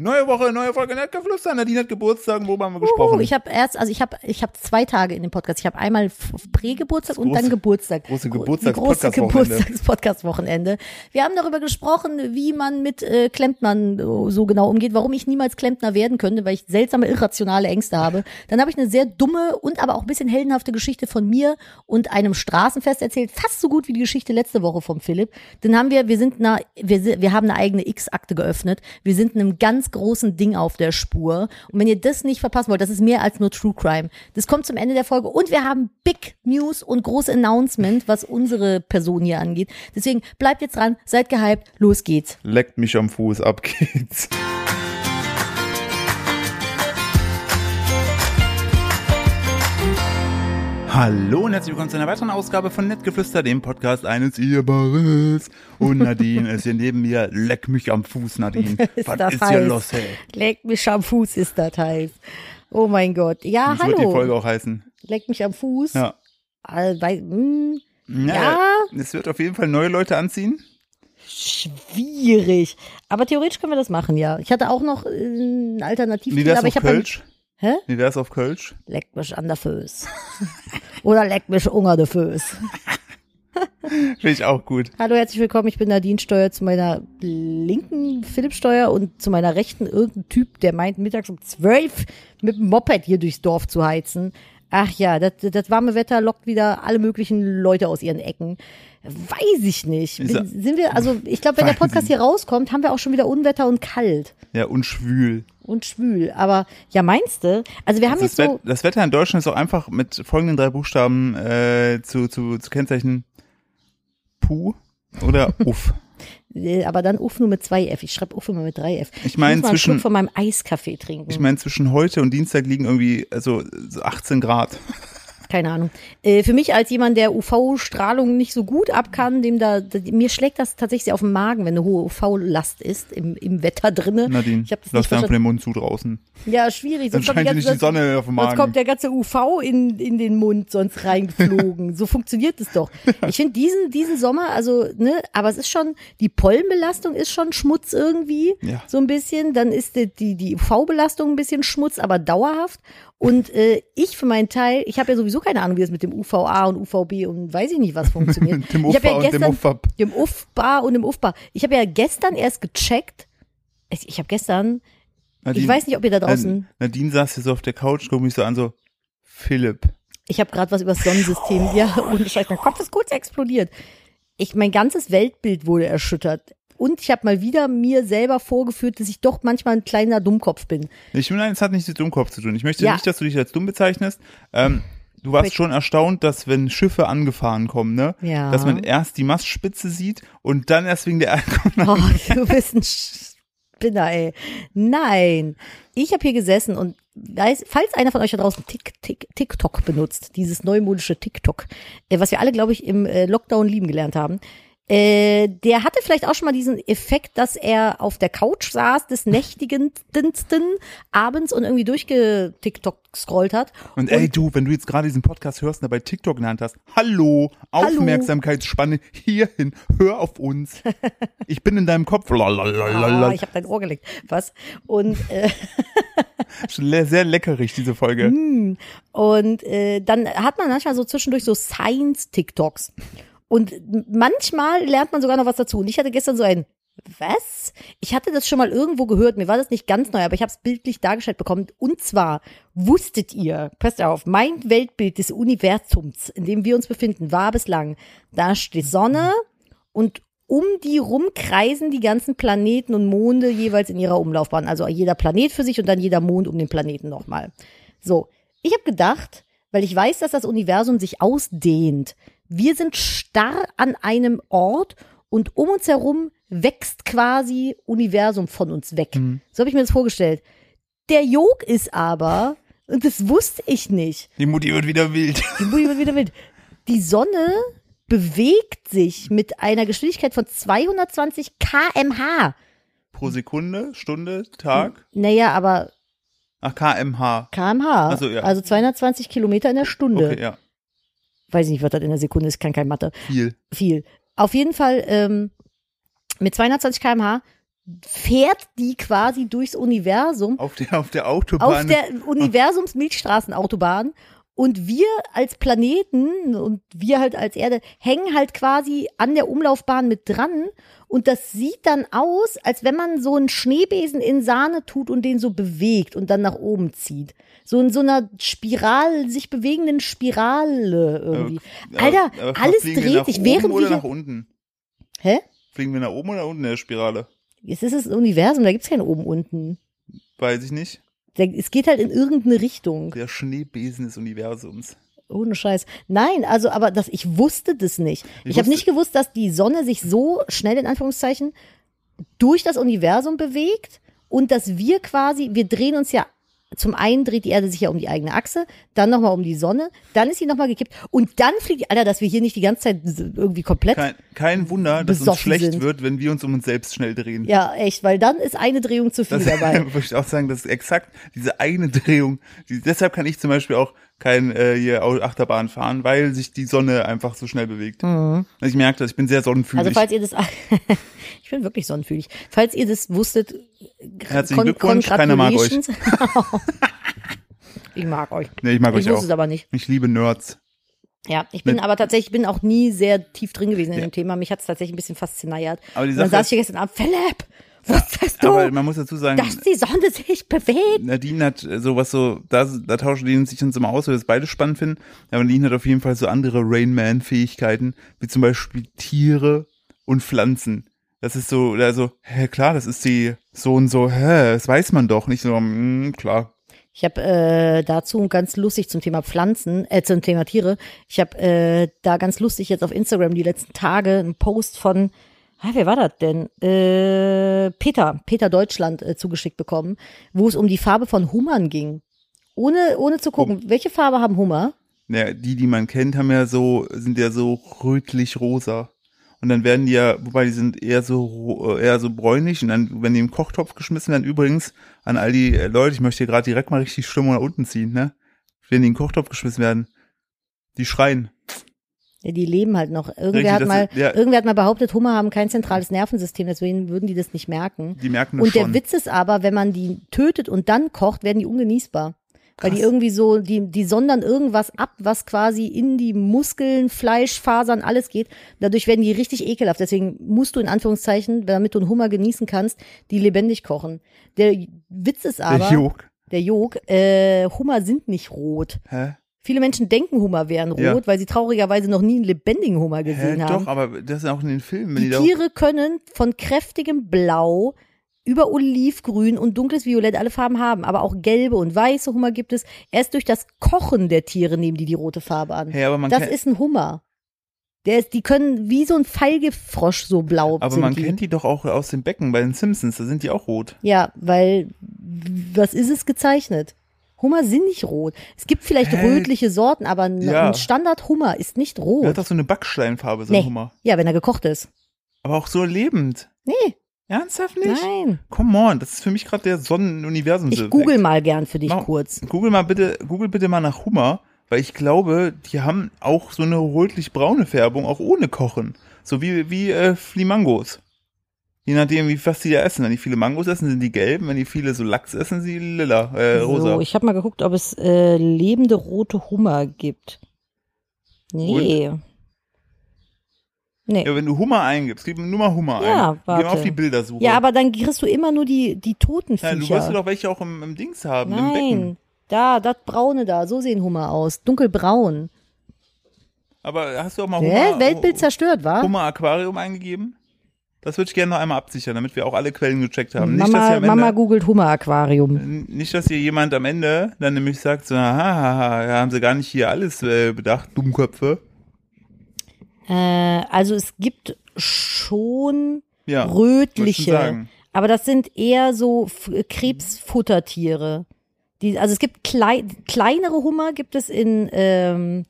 Neue Woche, neue Folge Nerdgeflüster. Nadine hat Geburtstag, worüber haben wir Uhu, gesprochen? ich habe erst, also ich habe, ich habe zwei Tage in dem Podcast. Ich habe einmal F- Prägeburtstag und große- dann Geburtstag. große Gro- Geburtstags- große Podcast-Wochenende. Geburtstags-Podcast-Wochenende. Wir haben darüber gesprochen, wie man mit äh, Klempnern äh, so genau umgeht, warum ich niemals Klempner werden könnte, weil ich seltsame irrationale Ängste habe. Dann habe ich eine sehr dumme und aber auch ein bisschen heldenhafte Geschichte von mir und einem Straßenfest erzählt, fast so gut wie die Geschichte letzte Woche vom Philipp. Dann haben wir, wir sind na, wir, si- wir haben eine eigene X-Akte geöffnet. Wir sind einem ganz großen Ding auf der Spur. Und wenn ihr das nicht verpassen wollt, das ist mehr als nur True Crime. Das kommt zum Ende der Folge. Und wir haben Big News und große Announcement, was unsere Person hier angeht. Deswegen bleibt jetzt dran, seid gehypt, los geht's. Leckt mich am Fuß, ab geht's. Hallo und herzlich willkommen zu einer weiteren Ausgabe von Nettgeflüster, dem Podcast eines Ehebares. Und Nadine ist hier neben mir. Leck mich am Fuß, Nadine. Was ist hier los, hey? Leck mich am Fuß ist das heiß. Oh mein Gott. Ja, Das wird die Folge hallo. auch heißen. Leck mich am Fuß. Ja. All- bei- hm, Ja. Es wird auf jeden Fall neue Leute anziehen. schwierig. Aber theoretisch können wir das machen, ja. Ich hatte auch noch äh, einen Wie Alternativtitel, wär's aber auf ich habe Kölsch? Hä? Wie wär's auf Kölsch? Leck mich an der Föß. Oder leck mich unter der Föß. Finde ich auch gut. Hallo, herzlich willkommen. Ich bin Nadine Steuer zu meiner linken Philipp Steuer und zu meiner rechten irgendein Typ, der meint, mittags um zwölf mit dem Moped hier durchs Dorf zu heizen. Ach ja, das, das warme Wetter lockt wieder alle möglichen Leute aus ihren Ecken. Weiß ich nicht. Ist er- Bin, sind wir, also ich glaube, wenn der Podcast hier rauskommt, haben wir auch schon wieder Unwetter und kalt Ja, und schwül. und schwül. Aber ja, meinst du? Also wir haben Das, jetzt so. Wet- das Wetter in Deutschland ist auch einfach mit folgenden drei Buchstaben äh, zu, zu, zu kennzeichnen. Puh oder Uff. Nee, Äh, aber dann Uff nur mit zwei F. Ich schreibe Uff immer mit drei F. Ich meine muss mal einen zwischen- Schluck von meinem Eiskaffee trinken. Ich meine, zwischen heute und Dienstag liegen irgendwie also so 18 Grad. Keine Ahnung. Äh, für mich als jemand, der UV-Strahlung nicht so gut ab kann, dem da, d- mir schlägt das tatsächlich auf den Magen, wenn eine hohe UV-Last ist im, im Wetter drinne. Nadine, ich habe lass das nicht dir einfach verstanden. den Mund zu draußen. Ja, schwierig. Sonst kommt, die Scheint dir ganze, nicht die Sonne auf den sonst Magen. kommt der ganze UV in, in den Mund sonst reingeflogen. so funktioniert es doch. Ich finde diesen, diesen Sommer, also, ne, aber es ist schon, die Pollenbelastung ist schon Schmutz irgendwie. Ja. So ein bisschen. Dann ist die, die, die UV-Belastung ein bisschen Schmutz, aber dauerhaft. Und äh, ich für meinen Teil, ich habe ja sowieso keine Ahnung, wie es mit dem UVA und UVB und weiß ich nicht, was funktioniert. Dem ich Uffa habe ja und dem gestern, Uffab. dem Uffbar und dem Uffbar. Ich habe ja gestern erst gecheckt. Ich, ich habe gestern, Nadine, ich weiß nicht, ob ihr da draußen. Nadine, Nadine saß hier so auf der Couch, guck mich so an, so Philipp. Ich habe gerade was über das Sonnensystem. Ja, ohne Scheiß. Mein Kopf ist kurz explodiert. Ich, mein ganzes Weltbild wurde erschüttert. Und ich habe mal wieder mir selber vorgeführt, dass ich doch manchmal ein kleiner Dummkopf bin. Ich meine, es hat nichts mit Dummkopf zu tun. Ich möchte Ja. nicht, dass du dich als dumm bezeichnest. Ähm, du warst Mit- schon erstaunt, dass wenn Schiffe angefahren kommen, ne, Ja. dass man erst die Mastspitze sieht und dann erst wegen der Ankunft. Oh, du bist ein Spinner, ey. Nein. Ich habe hier gesessen und weiß, falls einer von euch da draußen Tick, Tick, TikTok benutzt, dieses neumodische TikTok, äh, was wir alle, glaube ich, im äh, Lockdown lieben gelernt haben, äh, der hatte vielleicht auch schon mal diesen Effekt, dass er auf der Couch saß, des nächtigendsten abends und irgendwie durchgetiktok scrollt hat. Und ey du, wenn du jetzt gerade diesen Podcast hörst und dabei TikTok genannt hast, hallo, Hallo. Aufmerksamkeitsspanne hierhin, hör auf uns. Ich bin in deinem Kopf. Ah, Lalalala. ich habe dein Ohr gelegt. Was? Und äh, Le- Sehr leckerig, diese Folge. Hm. Und äh, dann hat man manchmal so zwischendurch so Science-TikToks. Und manchmal lernt man sogar noch was dazu. Und ich hatte gestern so ein was? Ich hatte das schon mal irgendwo gehört. Mir war das nicht ganz neu, aber ich habe es bildlich dargestellt bekommen. Und zwar wusstet ihr, passt auf, mein Weltbild des Universums, in dem wir uns befinden, war bislang, da steht die Sonne und um die rum kreisen die ganzen Planeten und Monde jeweils in ihrer Umlaufbahn. Also jeder Planet für sich und dann jeder Mond um den Planeten nochmal. So, ich habe gedacht, weil ich weiß, dass das Universum sich ausdehnt. Wir sind starr an einem Ort und um uns herum wächst quasi Universum von uns weg. So habe ich mir das vorgestellt. Der Jog ist aber, und das wusste ich nicht, Die Mutti wird wieder wild. die Mutti wird wieder wild. Die Sonne bewegt sich mit einer Geschwindigkeit von 220 km/h. Pro Sekunde, Stunde, Hm. Tag. Naja, aber Ach, kmh. km/h. Ach so, ja. Also 220 Kilometer in der Stunde. Okay, ja, Weiß ich nicht, was das in der Sekunde ist, kann kein Mathe. viel. Viel. Auf jeden Fall ähm, mit 220 km/h fährt die quasi durchs Universum, Auf der, auf der Autobahn. auf der Universums-Milchstraßenautobahn. Und wir als Planeten und wir halt als Erde hängen halt quasi an der Umlaufbahn mit dran. Und das sieht dann aus, als wenn man so einen Schneebesen in Sahne tut und den so bewegt und dann nach oben zieht. So in so einer Spiral, sich bewegenden Spirale irgendwie. Aber- Alter, Äh, aber alles fliegen wir dreht nach sich, oben während wir oder hier- nach unten. Hä? Fliegen wir nach oben oder nach unten in der Spirale? Es ist das Universum, da gibt's kein oben unten. Weiß ich nicht. Da- Es geht halt in irgendeine Richtung. Der Schneebesen des Universums. Ohne Scheiß. Nein, also aber das, ich wusste das nicht. Ich Ich, hab habe wusste- nicht gewusst, dass die Sonne sich so schnell in Anführungszeichen durch das Universum bewegt und dass wir quasi, wir drehen uns ja, zum einen dreht die Erde sich ja um die eigene Achse, dann nochmal um die Sonne, dann ist sie nochmal gekippt und dann fliegt die, Alter, dass wir hier nicht die ganze Zeit irgendwie komplett. Kein, kein Wunder, dass uns Besoffen schlecht sind. wird, wenn wir uns um uns selbst schnell drehen. ja, echt, weil dann ist eine Drehung zu viel Das dabei. würde ich auch sagen, das ist exakt diese eigene Drehung. Die, deshalb kann ich zum Beispiel auch kein äh, hier Au- Achterbahn fahren, weil sich die Sonne einfach so schnell bewegt. Also ich merke das, ich bin sehr Mhm. Also sonnenfühlig. falls ihr das, ich bin wirklich sonnenfühlig. Falls ihr das wusstet, Herzlichen Glückwunsch, keiner mag euch. congratulations. ich mag euch. nee, ich mag Ich euch wusste es auch. aber nicht. Ich liebe Nerds. Ja, ich bin Mit- aber tatsächlich, ich bin auch nie sehr tief drin gewesen in Ja. dem Thema. Mich hat es tatsächlich ein bisschen fasziniert. Aber die Und Sache dann saß ist- ich hier gestern Abend, Philipp, wusstest Aber du, man muss dazu sagen, dass die Sonne sich bewegt? Nadine hat äh, sowas so, da, da tauschen die sich uns immer aus, weil wir es beide spannend finden. Aber Nadine hat auf jeden Fall so andere Rainman-Fähigkeiten, wie zum Beispiel Tiere und Pflanzen. Das ist so, also, hä, klar, das ist die so und so, hä, das weiß man doch. Nicht so, mm, klar. Ich habe äh, dazu ganz lustig zum Thema Pflanzen, äh, zum Thema Tiere. Ich habe äh, da ganz lustig jetzt auf Instagram die letzten Tage einen Post von, ah, wer war das denn? Äh, Peter, Peter Deutschland äh, zugeschickt bekommen, wo es um die Farbe von Hummern ging. Ohne, ohne zu gucken, Oh. welche Farbe haben Hummer? Naja, die, die man kennt, haben ja so, sind ja so rötlich-rosa. Und dann werden die ja, wobei die sind eher so, ro- äh, eher so bräunlich und dann, wenn die im Kochtopf geschmissen werden, übrigens an all die äh, Leute, ich möchte hier gerade direkt mal richtig Stimmung nach unten ziehen, ne? Wenn die in den Kochtopf geschmissen werden, die schreien. Ja, die leben halt noch. Irgendwer, Richtig, hat das mal, ist- ja. irgendwer hat mal behauptet, Hummer haben kein zentrales Nervensystem, deswegen würden die das nicht merken. Die merken das Und der schon. Witz ist aber, wenn man die tötet und dann kocht, werden die ungenießbar. Weil die Krass. irgendwie so, die, die sondern irgendwas ab, was quasi in die Muskeln, Fleisch, Fasern, alles geht. Dadurch werden die richtig ekelhaft. Deswegen musst du in Anführungszeichen, damit du einen Hummer genießen kannst, die lebendig kochen. Der Witz ist aber, der Jog. der Jog, äh, Hummer sind nicht rot. Hä? Viele Menschen denken, Hummer wären rot, Ja. weil sie traurigerweise noch nie einen lebendigen Hummer Hä? gesehen haben. Doch, aber das ist auch in den Filmen, wenn die die, da Tiere können von kräftigem Blau über Olivgrün und dunkles Violett alle Farben haben, aber auch gelbe und weiße Hummer gibt es. Erst durch das Kochen der Tiere nehmen die die rote Farbe an. Hä, aber man das kennt- ist ein Hummer. Der ist, die können wie so ein Feilgefrosch so blau Aber sind man die. kennt die doch auch aus dem Becken bei den Simpsons, da sind die auch rot. Ja, weil was ist es gezeichnet? Hummer sind nicht rot. Es gibt vielleicht Hä? rötliche Sorten, aber ein Ja. ein Standard-Hummer ist nicht Der hat rot. doch so eine Backsteinfarbe, so Nee. ein Hummer. Ja, wenn er gekocht ist. Aber auch so lebend. Nee, Ernsthaft nicht? nein. Come on, das ist für mich gerade der Sonnenuniversum. Ich google mal gern für dich Mach- kurz. Google mal bitte, google bitte mal nach Hummer, weil ich glaube, die haben auch so eine rötlich-braune Färbung, auch ohne Kochen. So wie, wie äh, Flimangos. Je nachdem, wie was die da essen. Wenn die viele Mangos essen, sind die gelben. Wenn die viele so Lachs essen, sind die lila, äh, rosa. So, ich habe mal geguckt, ob es äh, lebende rote Hummer gibt. Nee. Nee. ja, wenn du Hummer eingibst, gib nur mal Hummer Ja, ein. warte. Geh mal auf die Bildersuche. Ja, aber dann kriegst du immer nur die, die toten ja, Viecher. du wirst ja doch welche auch im, im Dings haben, im Becken. Nein. Da, das braune da, so sehen Hummer aus. Dunkelbraun. Aber hast du auch mal Hä? Hummer? Weltbild zerstört, wa? Hummer Aquarium eingegeben? Das würde ich gerne noch einmal absichern, damit wir auch alle Quellen gecheckt haben. nicht, dass Mama, hier am Mama Ende, googelt Hummer-Aquarium. n- nicht, dass hier jemand am Ende dann nämlich sagt, so, aha, ja, haben sie gar nicht hier alles äh, bedacht, Dummköpfe. Äh, also es gibt schon Ja, wollte ich schon rötliche, sagen. aber das sind eher so F Krebsfuttertiere. Die, also es gibt klei kleinere Hummer, gibt es in, ähm,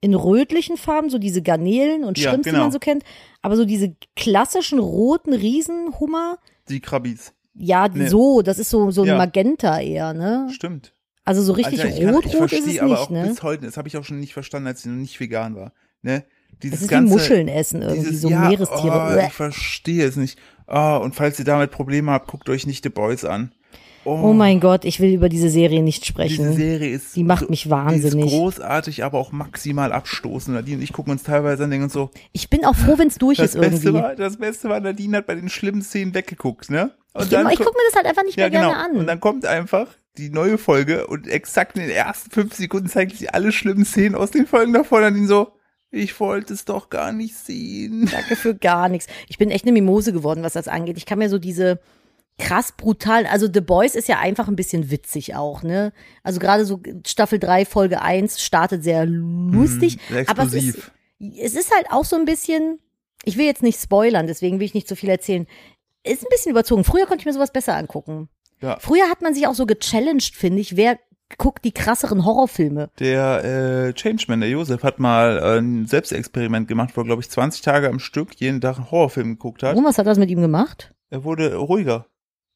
in rötlichen Farben, so diese Garnelen und Ja, Schrimps, die genau. man so kennt. Aber so diese klassischen roten Riesenhummer, Die Krabbis. ja, die Nee. so, das ist so, so ein Ja. Magenta eher, ne? Stimmt. Also so richtig Alter, ich kann- ich rot-rot verstehe ist es aber nicht, auch ne? bis heute, das habe ich auch schon nicht verstanden, als ich noch nicht vegan war. Ne? Dieses Das ist wie ganze, Muscheln essen irgendwie, dieses, so ja, Meerestiere. Oh, Bleh. ich verstehe es nicht. Ah, und falls ihr damit Probleme habt, guckt euch nicht The Boys an. Oh mein Gott, ich will über diese Serie nicht Diese sprechen. Serie ist Die macht so- mich Die wahnsinnig. ist großartig, aber auch maximal abstoßend. Nadine und ich gucken uns teilweise an und denken uns so, Ich bin auch froh, wenn es durch das ist irgendwie. Beste, war, das Beste war, Nadine hat bei den schlimmen Szenen weggeguckt, ne? Und ich gucke gu- guck mir das halt einfach nicht ja, mehr genau. gerne an. Und dann kommt einfach die neue Folge und exakt in den ersten fünf Sekunden zeigt sie alle schlimmen Szenen aus den Folgen davor. Nadine so, ich wollte es doch gar nicht sehen. Danke für gar nichts. Ich bin echt eine Mimose geworden, was das angeht. Ich kann mir so diese krass brutalen, also The Boys ist ja einfach ein bisschen witzig auch, ne? Also gerade so Staffel 3, Folge 1 startet sehr lustig, Sehr aber es ist, Mhm. explosiv. es ist halt auch so ein bisschen, ich will jetzt nicht spoilern, deswegen will ich nicht so viel erzählen. Ist ein bisschen überzogen. Früher konnte ich mir sowas besser angucken. Ja. Früher hat man sich auch so gechallenged, finde ich, wer guckt die krasseren Horrorfilme. Der äh, Changeman, der Josef, hat mal äh, ein Selbstexperiment gemacht, wo er, glaube ich, 20 Tage am Stück jeden Tag einen Horrorfilm geguckt hat. Warum, was hat das mit ihm gemacht? Er wurde ruhiger.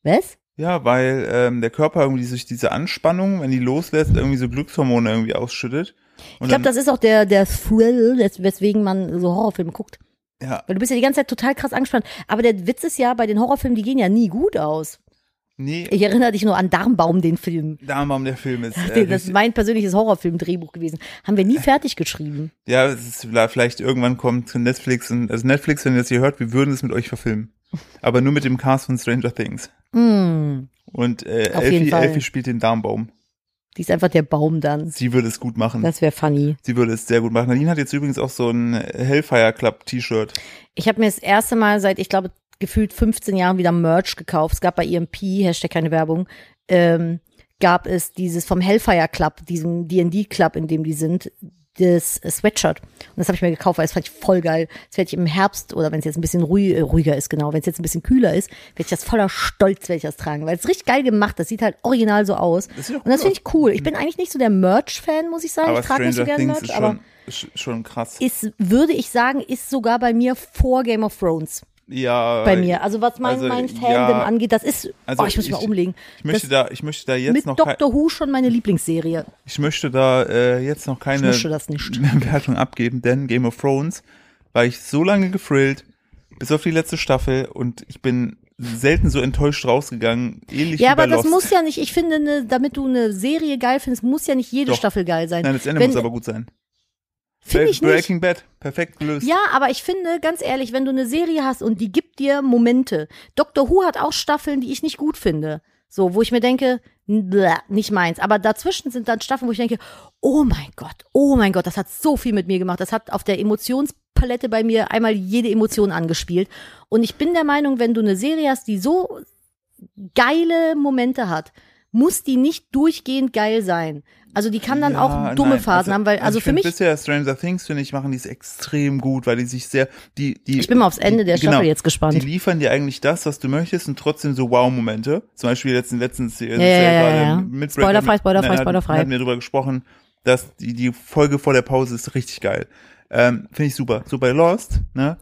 Was? Ja, weil ähm, der Körper irgendwie durch diese Anspannung, wenn die loslässt, irgendwie so Glückshormone irgendwie ausschüttet. Und Ich glaube, dann- das ist auch der, der Thrill, des- weswegen man so Horrorfilme guckt. Ja, Weil du bist ja die ganze Zeit total krass angespannt. Aber der Witz ist ja, bei den Horrorfilmen, die gehen ja nie gut aus. nee, Ich erinnere dich nur an Darmbaum, den Film. Darmbaum, der Film ist. Äh, Das ist richtig- mein persönliches Horrorfilm-Drehbuch gewesen. Haben wir nie fertig geschrieben. ja, es ist vielleicht- vielleicht irgendwann kommt zu Netflix und also Netflix, wenn ihr das hier hört, wir würden es mit euch verfilmen. Aber nur mit dem Cast von Stranger Things. Hm. Und äh, Auf jeden Elfie, Fall. Elfie spielt den Darmbaum. Die ist einfach der Baum dann. Sie würde es gut machen. Das wäre funny. Sie würde es sehr gut machen. Nadine hat jetzt übrigens auch so ein Hellfire Club T-Shirt. Ich habe mir das erste Mal seit, ich glaube, gefühlt 15 Jahren wieder Merch gekauft. Es gab bei EMP, Hashtag keine Werbung, ähm, gab es dieses vom Hellfire Club, diesem D&D Club, in dem die sind, das äh, Sweatshirt. Und das habe ich mir gekauft, weil das fand ich voll geil. Das werde ich im Herbst oder wenn es jetzt ein bisschen ruhi- äh, ruhiger ist, genau, wenn es jetzt ein bisschen kühler ist, werde ich das voller Stolz, werde ich das tragen, weil es richtig geil gemacht. Das sieht halt original so aus. Das sieht doch Und das cool Mhm. finde ich cool. Ich bin eigentlich nicht so der Merch-Fan, muss ich sagen. aber ich trage nicht so Stranger gerne Things Merch, ist aber schon, ist schon krass. ist, würde ich sagen, ist sogar bei mir vor Game of Thrones ja, bei mir. Also was mein, also, mein ja. Fandom angeht, das ist, Also oh, ich muss mich ich- mal umlegen. ich möchte da, ich möchte da jetzt Mit noch kein, Doctor Who schon meine Lieblingsserie. ich möchte da äh, jetzt noch keine möchte das nicht. Wertung abgeben, denn Game of Thrones war ich so lange gefrillt, bis auf die letzte Staffel und ich bin selten so enttäuscht rausgegangen, ähnlich Ja, wie bei aber das Lost. muss ja nicht, ich finde, ne, damit du eine Serie geil findest, muss ja nicht jede Doch. Staffel geil sein. Nein, das Ende Wenn- muss aber gut sein. Finde ich nicht. Breaking Bad, perfekt gelöst. Ja, aber ich finde, ganz ehrlich, wenn du eine Serie hast und die gibt dir Momente. Doctor Who hat auch Staffeln, die ich nicht gut finde. So, wo ich mir denke, n- bläh, nicht meins. Aber dazwischen sind dann Staffeln, wo ich denke, oh mein Gott, oh mein Gott, das hat so viel mit mir gemacht. Das hat auf der Emotionspalette bei mir einmal jede Emotion angespielt. Und ich bin der Meinung, wenn du eine Serie hast, die so geile Momente hat, muss die nicht durchgehend geil sein. Also die kann dann Ja, auch dumme nein, Phasen haben, weil, also ich für find mich Bisher Stranger Things, finde ich, machen die es extrem gut, weil die sich sehr, die, die. Ich bin mal aufs Ende der die- genau, Staffel jetzt gespannt. Die liefern dir eigentlich das, was du möchtest und trotzdem so Wow-Momente. Zum Beispiel jetzt in letztens, äh, ja, ja, ja, ja, ja. Spoilerfrei, spoilerfrei, spoilerfrei. Wir hatten ja drüber gesprochen, dass die, die Folge vor der Pause ist richtig geil. Ähm, finde ich super. So bei Lost, ne?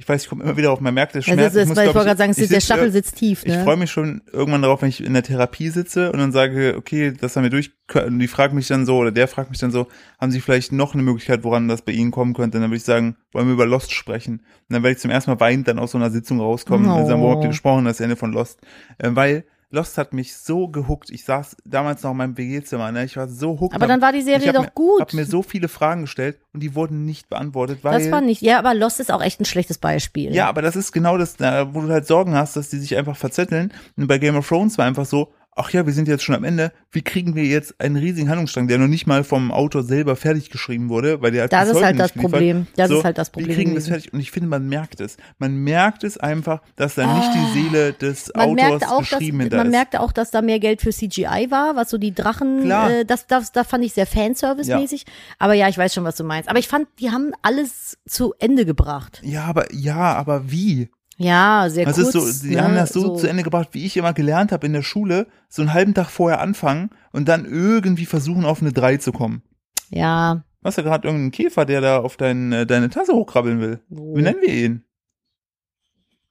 Ich weiß, ich komme immer wieder auf, man merkt das Schmerz. Das ist, das muss, weil ich glaub wollte gerade sagen, Also es ich äh, ist, der sitz- Stachel sitzt tief. ich Ne? freue mich schon irgendwann darauf, wenn ich in der Therapie sitze und dann sage, okay, das haben wir durch. Und die fragt mich dann so, oder der fragt mich dann so, haben Sie vielleicht noch eine Möglichkeit, woran das bei Ihnen kommen könnte? Und dann würde ich sagen, wollen wir über Lost sprechen? Und dann werde ich zum ersten Mal weinend dann aus so einer Sitzung rauskommen und sagen, Oh. wo habt ihr gesprochen, das Ende von Lost? Äh, weil Lost hat mich so gehuckt. Ich saß damals noch in meinem WG-Zimmer, ne? Ich war so hooked. Aber dann war die Serie ich hab doch mir, gut. habe mir so viele Fragen gestellt und die wurden nicht beantwortet, weil das war nicht. Ja, aber Lost ist auch echt ein schlechtes Beispiel. ja, aber das ist genau das, da, wo du halt Sorgen hast, dass die sich einfach verzetteln. Und bei Game of Thrones war einfach so, ach ja, wir sind jetzt schon am Ende, wie kriegen wir jetzt einen riesigen Handlungsstrang, der noch nicht mal vom Autor selber fertig geschrieben wurde, weil der halt Das bis ist heute halt nicht das geliefert. Problem. Das ist halt das Wir Problem kriegen das gewesen. fertig und ich finde, man merkt es. Man merkt es einfach, dass da nicht die Seele des Ah. Man Autors merkte, auch, dass, geschrieben hinter man ist. merkte auch, dass da mehr Geld für CGI war, was so die Drachen, Klar. äh, das, das, da fand ich sehr Fanservice-mäßig. Aber ja, ich weiß schon, was du meinst. Aber ich fand, die haben alles zu Ende gebracht. ja, aber ja, aber wie? Ja, sehr Das kurz. ist so, die ne? haben das so, zu Ende gebracht, wie ich immer gelernt habe in der Schule, so einen halben Tag vorher anfangen und dann irgendwie versuchen, auf eine 3 zu kommen. Ja, Du hast ja gerade irgendeinen Käfer, der da auf dein, äh, deine Tasse hochkrabbeln will. Wo? Wie nennen wir ihn?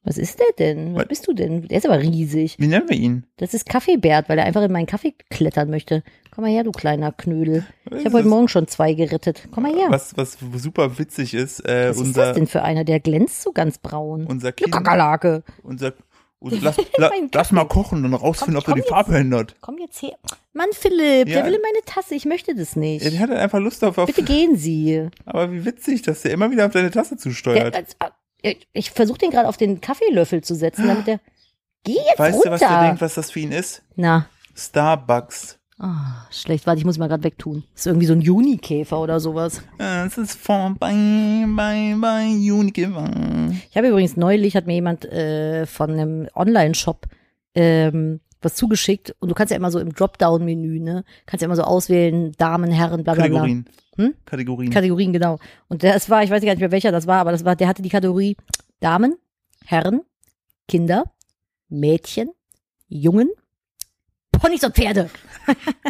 Was ist der denn? Was Was- bist du denn? Der ist aber riesig. Wie nennen wir ihn? Das ist Kaffeebärt, weil er einfach in meinen Kaffee klettern möchte. Komm mal her, du kleiner Knödel. Ich habe heute Morgen schon zwei gerettet. Komm mal her. Was, Was, was super witzig ist, äh, ist das unser, denn für einer? Der glänzt so ganz braun. unser Eine Kind, Kakerlake. unser, und lass, la, Mein lass mal kochen und rausfinden, Komm, ob er die komm jetzt. Farbe ändert. Komm jetzt her. Mann, Philipp, Ja. der will in meine Tasse. Ich möchte das nicht. Ja, der hat einfach Lust auf, auf Bitte gehen Sie. aber wie witzig, dass der immer wieder auf deine Tasse Der, zusteuert. das, ich ich versuche den gerade auf den Kaffeelöffel zu setzen, damit der. Geh jetzt weißt runter. du, was der denkt, was das für ihn ist? Na. Starbucks. Ah, schlecht. Warte, ich muss mal gerade wegtun. Ist irgendwie so ein Junikäfer oder sowas. Es ist vorbei, bye, bye, Unicorn. Ich habe übrigens neulich, hat mir jemand äh, von einem Online-Shop ähm, was zugeschickt und du kannst ja immer so im Dropdown-Menü, ne? Kannst ja immer so auswählen, Damen, Herren, bla bla bla. Kategorien. Hm? Kategorien. Kategorien, genau. Und das war, ich weiß gar nicht mehr welcher das war, aber das war, der hatte die Kategorie Damen, Herren, Kinder, Mädchen, Jungen, Ponys und Pferde.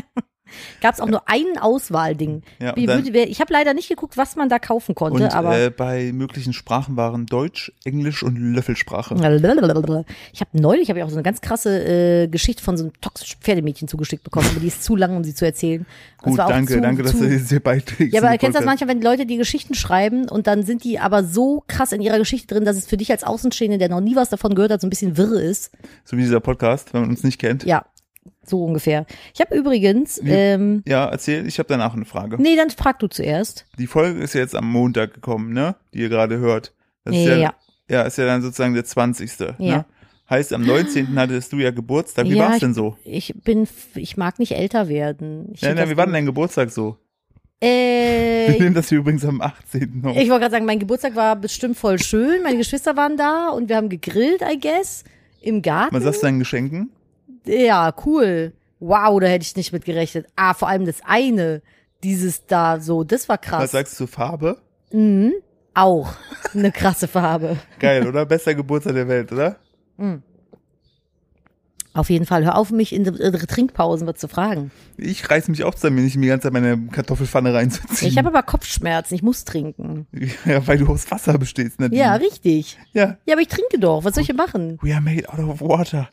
Gab es auch nur einen Auswahlding. ja, und Wie dann, würde- wer- ich habe leider nicht geguckt, was man da kaufen konnte, und aber. äh, bei möglichen Sprachen waren Deutsch, Englisch und Löffelsprache. Ich habe neulich habe ich auch so eine ganz krasse äh, Geschichte von so einem toxischen Pferdemädchen zugeschickt bekommen, aber die ist zu lang, um sie zu erzählen. Und Gut, zwar auch danke, zu, danke, dass zu, du das hier beiträgst. Ja, in aber den kennst du Podcast. das manchmal, wenn Leute die Geschichten schreiben und dann sind die aber so krass in ihrer Geschichte drin, dass es für dich als Außenstehende, der noch nie was davon gehört hat, so ein bisschen wirr ist. So wie dieser Podcast, wenn man uns nicht kennt. Ja, Ja, so ungefähr. Ich habe übrigens, Wie- ähm, erzähl, ich habe danach eine Frage. nee, dann frag du zuerst. Die Folge ist ja jetzt am Montag gekommen, ne? Die ihr gerade hört. Das ist Ja, ja, ja. ja, ist ja dann sozusagen der 20. Ja. Ne? Heißt, am 19. hattest du ja Geburtstag. Wie Ja, war's ich- denn so? Ich bin, f- ich mag nicht älter werden. Ich Ja, find na, das- wie war denn dein Geburtstag so? Wir Äh, nehmen das hier übrigens am 18. auf. Ich wollte gerade sagen, mein Geburtstag war bestimmt voll schön. Meine Geschwister waren da und wir haben gegrillt, I guess, im Garten. Was sagst du deinen Geschenken? Ja, cool. Wow, da hätte ich nicht mit gerechnet. Ah, vor allem das eine, dieses da so, das war krass. Was sagst du zur Farbe? Mhm, auch eine krasse Farbe. Geil, oder? Bester Geburtstag der Welt, oder? Auf jeden Fall, hör auf, mich in de- in de Trinkpausen was zu fragen. Ich reiß mich auch zusammen, nicht mir die ganze Zeit meine Kartoffelpfanne reinzuziehen. Ich habe aber Kopfschmerzen, ich muss trinken. ja, weil du aus Wasser bestehst, Nadine. Ja, richtig. ja. Ja, aber ich trinke doch. Was soll ich denn machen? We are made out of water.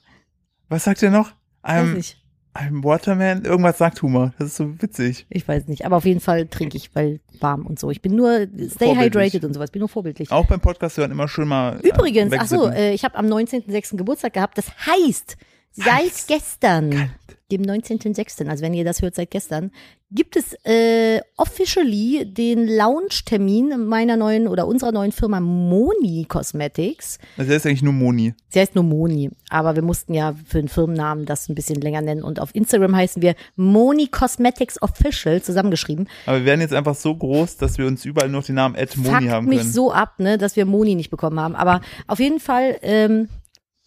Was sagt er noch? Weiß I'm, nicht. I'm Waterman. Irgendwas sagt Humor. Das ist so witzig. Ich weiß nicht. Aber auf jeden Fall trinke ich, weil warm und so. Ich bin nur stay Vorbildlich. hydrated und sowas. Ich bin nur vorbildlich. Auch beim Podcast hören immer schön mal. äh, Übrigens, ach so, wegsippen. äh, ich habe am 19.06. Geburtstag gehabt. Das heißt, seit Heißt. gestern, Kalt. dem 19.06., also wenn ihr das hört, seit gestern, gibt es äh, officially den Launch-Termin meiner neuen oder unserer neuen Firma Moni Cosmetics. Also er ist eigentlich nur Moni. Sie heißt nur Moni, aber wir mussten ja für den Firmennamen das ein bisschen länger nennen. Und auf Instagram heißen wir Moni Cosmetics Official zusammengeschrieben. Aber wir werden jetzt einfach so groß, dass wir uns überall nur noch den Namen Ed Moni fuckt haben mich können. so ab, ne, dass wir Moni nicht bekommen haben. Aber auf jeden Fall ähm,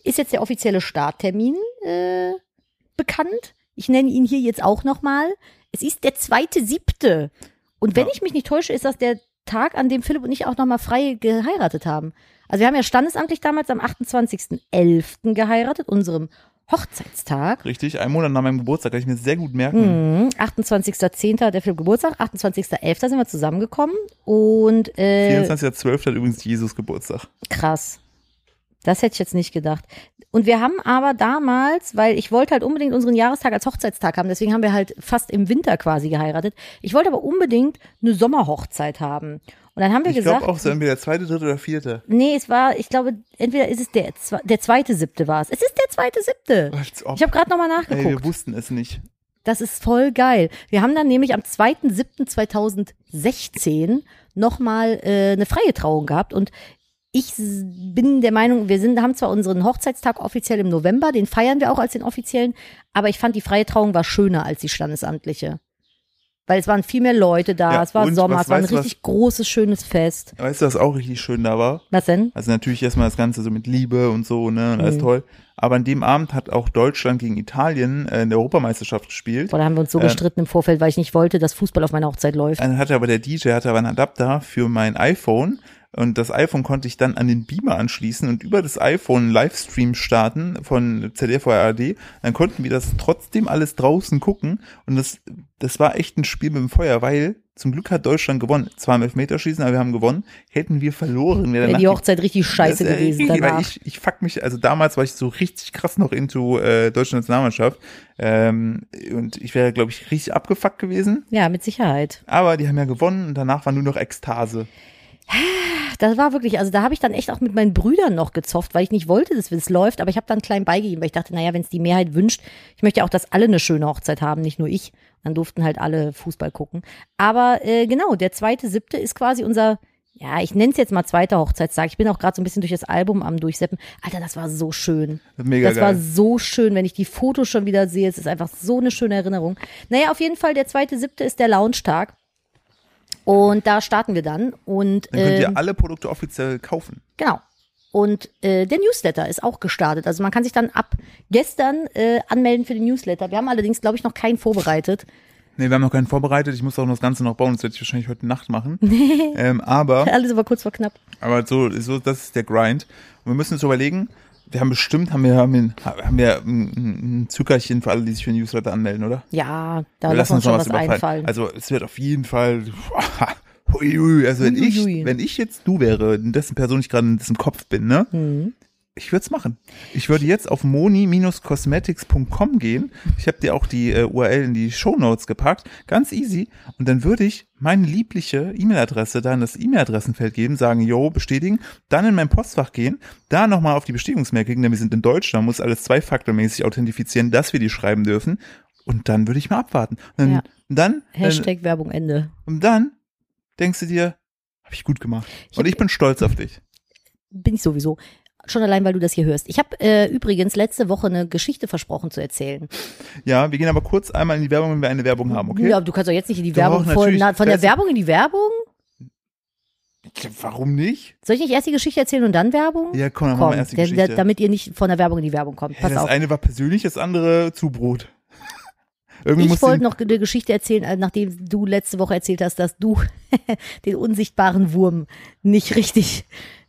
ist jetzt der offizielle Starttermin äh, bekannt. Ich nenne ihn hier jetzt auch nochmal. Es ist der zweite siebte. Und wenn Ja. ich mich nicht täusche, ist das der Tag, an dem Philipp und ich auch nochmal frei geheiratet haben. Also wir haben ja standesamtlich damals am 28.11. geheiratet, unserem Hochzeitstag. Richtig, einen Monat nach meinem Geburtstag kann ich mir sehr gut merken. Mhm. 28.10. hat der Philipp Geburtstag, 28.11. sind wir zusammengekommen und äh, 24.12. hat übrigens Jesus Geburtstag. Krass. Das hätte ich jetzt nicht gedacht. Und wir haben aber damals, weil ich wollte halt unbedingt unseren Jahrestag als Hochzeitstag haben, deswegen haben wir halt fast im Winter quasi geheiratet. Ich wollte aber unbedingt eine Sommerhochzeit haben. Und dann haben wir Ich gesagt, glaube auch, so entweder der zweite, dritte oder vierte. nee, es war, ich glaube, entweder ist es der, zwe- der zweite siebte war es. Es ist der zweite siebte. Als ob. Ich habe gerade nochmal Ey, wir nachgeguckt. wussten es nicht. Das ist voll geil. Wir haben dann nämlich am 2.7.2016 nochmal äh, eine freie Trauung gehabt und ich s- bin der Meinung, wir sind, haben zwar unseren Hochzeitstag offiziell im November, den feiern wir auch als den offiziellen, aber ich fand, die freie Trauung war schöner als die standesamtliche. Weil es waren viel mehr Leute da, Ja, es war und Sommer, was es war ein weißt du, was- richtig großes, schönes Fest. Weißt du, was auch richtig schön da war? Was denn? Also natürlich erstmal das Ganze so mit Liebe und so, ne, und alles Mhm. toll. Aber an dem Abend hat auch Deutschland gegen Italien äh, in der Europameisterschaft gespielt. Boah, da haben wir uns so Ähm. gestritten im Vorfeld, weil ich nicht wollte, dass Fußball auf meiner Hochzeit läuft. Dann hatte aber der DJ hatte aber einen Adapter für mein iPhone und das iPhone konnte ich dann an den Beamer anschließen und über das iPhone einen Livestream starten von ZDF oder ARD. Dann konnten wir das trotzdem alles draußen gucken und das das war echt ein Spiel mit dem Feuer, weil Zum Glück hat Deutschland gewonnen. Zwar im Elfmeterschießen, aber wir haben gewonnen. Hätten wir verloren, wäre Wäre danach die Hochzeit richtig scheiße das, äh, gewesen irgendwie, danach. Weil ich, ich fuck mich, also damals war ich so richtig krass noch into äh, deutsche Nationalmannschaft. Ähm, und ich wäre, glaube ich, richtig abgefuckt gewesen. ja, mit Sicherheit. Aber die haben ja gewonnen und danach war nur noch Ekstase. Das war wirklich, also da habe ich dann echt auch mit meinen Brüdern noch gezofft, weil ich nicht wollte, dass es läuft, aber ich habe dann klein beigegeben, weil ich dachte, naja, wenn es die Mehrheit wünscht, ich möchte ja auch, dass alle eine schöne Hochzeit haben, nicht nur ich. Dann durften halt alle Fußball gucken. Aber äh, genau, der zweite, siebte ist quasi unser, ja, ich nenne es jetzt mal zweiter Hochzeitstag. Ich bin auch gerade so ein bisschen durch das Album am Durchseppen. Alter, das war so schön. Mega das geil. war so schön, wenn ich die Fotos schon wieder sehe. Es ist einfach so eine schöne Erinnerung. Naja, auf jeden Fall, der zweite, siebte ist der Lounge-Tag. Und da starten wir dann. Und Dann könnt ähm, ihr alle Produkte offiziell kaufen. Genau. Und äh, der Newsletter ist auch gestartet. Also man kann sich dann ab gestern äh, anmelden für den Newsletter. Wir haben allerdings, glaube ich, noch keinen vorbereitet. Nee, wir haben noch keinen vorbereitet. Ich muss auch noch das Ganze noch bauen. Das werde ich wahrscheinlich heute Nacht machen. ähm, aber, Alles aber kurz vor knapp. aber so, so, das ist der Grind. Und wir müssen uns überlegen, wir haben bestimmt, haben wir, haben wir, haben wir ein, ein Zuckerchen für alle, die sich für den Newsletter anmelden, oder? Ja, da Wir lassen wir uns schon was, überfallen. einfallen. Also es wird auf jeden Fall. Huiui, also wenn ich, Huiui. wenn ich jetzt du wäre, in dessen Person ich gerade in dessen Kopf bin, ne? Mhm. Ich würde es machen. Ich würde jetzt auf moni-cosmetics.com gehen. Ich habe dir auch die äh, URL in die Shownotes gepackt. Ganz easy. Und dann würde ich meine liebliche E-Mail-Adresse da in das E-Mail-Adressenfeld geben, sagen, yo, bestätigen, dann in mein Postfach gehen, da nochmal auf die Bestätigungsmail klicken, denn wir sind in Deutschland, muss alles zweifaktormäßig authentifizieren, dass wir die schreiben dürfen. Und dann würde ich mal abwarten. Und dann, Ja. und dann, ne. äh, Hashtag Werbung Ende. und dann denkst du dir, habe ich gut gemacht. Ich Und hab- ich bin stolz auf dich. Bin ich sowieso. Schon allein, weil du das hier hörst. Ich habe äh, übrigens letzte Woche eine Geschichte versprochen zu erzählen. Ja, wir gehen aber kurz einmal in die Werbung, wenn wir eine Werbung haben, okay? Ja, aber du kannst doch jetzt nicht in die Doch, Werbung voll, natürlich. na, von der Besser. Werbung in die Werbung? Tja, Warum nicht? Soll ich nicht erst die Geschichte erzählen und dann Werbung? Ja, komm, dann machen Komm, wir erst die der- Geschichte. der, damit ihr nicht von der Werbung in die Werbung kommt. Hä, Pass das auf. eine war persönlich, das andere Zubrot. Irgendwie Ich muss wollte noch eine Geschichte erzählen, äh, nachdem du letzte Woche erzählt hast, dass du den unsichtbaren Wurm nicht richtig,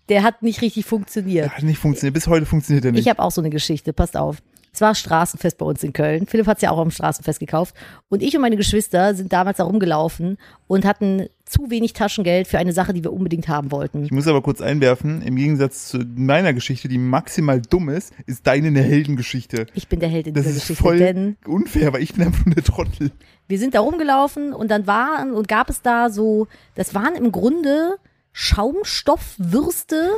der hat nicht richtig funktioniert. hat nicht funktioniert. Bis heute funktioniert er nicht. Ich habe auch so eine Geschichte, passt auf. Es war Straßenfest bei uns in Köln. Philipp hat's ja auch am Straßenfest gekauft. Und ich und meine Geschwister sind damals da rumgelaufen und hatten zu wenig Taschengeld für eine Sache, die wir unbedingt haben wollten. Ich muss aber kurz einwerfen, im Gegensatz zu meiner Geschichte, die maximal dumm ist, ist deine eine Heldengeschichte. Ich bin der Held in Das dieser ist Geschichte, voll denn unfair, weil ich bin einfach nur der Trottel. wir sind da rumgelaufen und dann waren und gab es da so, das waren im Grunde Schaumstoffwürste,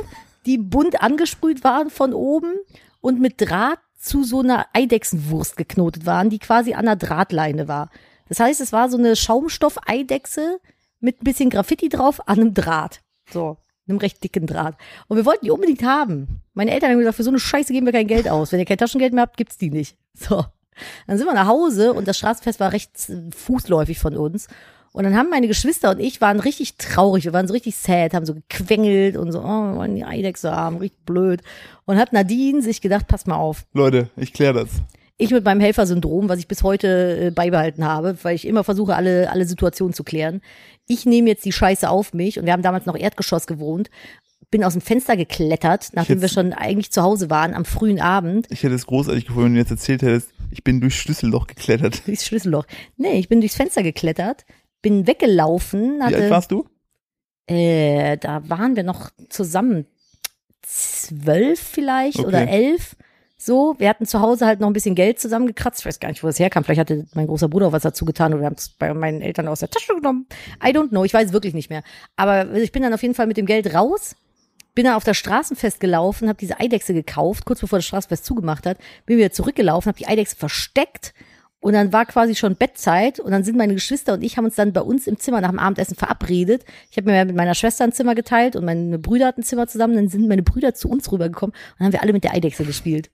die bunt angesprüht waren von oben und mit Draht zu so einer Eidechsenwurst geknotet waren, die quasi an einer Drahtleine war. Das heißt, es war so eine Schaumstoff-Eidechse mit ein bisschen Graffiti drauf an einem Draht. So, einem recht dicken Draht. Und wir wollten die unbedingt haben. Meine Eltern haben gesagt, für so eine Scheiße geben wir kein Geld aus. Wenn ihr kein Taschengeld mehr habt, gibt's die nicht. So. Dann sind wir nach Hause und das Straßenfest war recht äh, fußläufig von uns. Und dann haben meine Geschwister und ich waren richtig traurig, wir waren so richtig sad, haben so gequengelt und so, oh, wir wollen die Eidechse haben, richtig blöd. Und hat Nadine sich gedacht, pass mal auf, Leute, ich kläre das. ich mit meinem Helfersyndrom, was ich bis heute äh, beibehalten habe, weil ich immer versuche, alle, alle Situationen zu klären. Ich nehme jetzt die Scheiße auf mich und wir haben damals noch Erdgeschoss gewohnt, bin aus dem Fenster geklettert, nachdem wir jetzt- schon eigentlich zu Hause waren, am frühen Abend. Ich hätte es großartig gefunden, wenn du jetzt erzählt hättest, ich bin durchs Schlüsselloch geklettert. Durchs Schlüsselloch. Nee, ich bin durchs Fenster geklettert, bin weggelaufen, Wie alt hatte, warst du? äh, da waren wir noch zusammen zwölf vielleicht Okay. oder elf. So, wir hatten zu Hause halt noch ein bisschen Geld zusammengekratzt. Ich weiß gar nicht, wo das herkam. Vielleicht hatte mein großer Bruder auch was dazu getan oder wir haben es bei meinen Eltern aus der Tasche genommen. I don't know. Ich weiß wirklich nicht mehr. Aber also ich bin dann auf jeden Fall mit dem Geld raus, bin dann auf das Straßenfest gelaufen, habe diese Eidechse gekauft, kurz bevor das Straßenfest zugemacht hat, bin wieder zurückgelaufen, habe die Eidechse versteckt und dann war quasi schon Bettzeit und dann sind meine Geschwister und ich haben uns dann bei uns im Zimmer nach dem Abendessen verabredet. Ich habe mir mit meiner Schwester ein Zimmer geteilt und meine Brüder hatten ein Zimmer zusammen, dann sind meine Brüder zu uns rübergekommen und dann haben wir alle mit der Eidechse gespielt.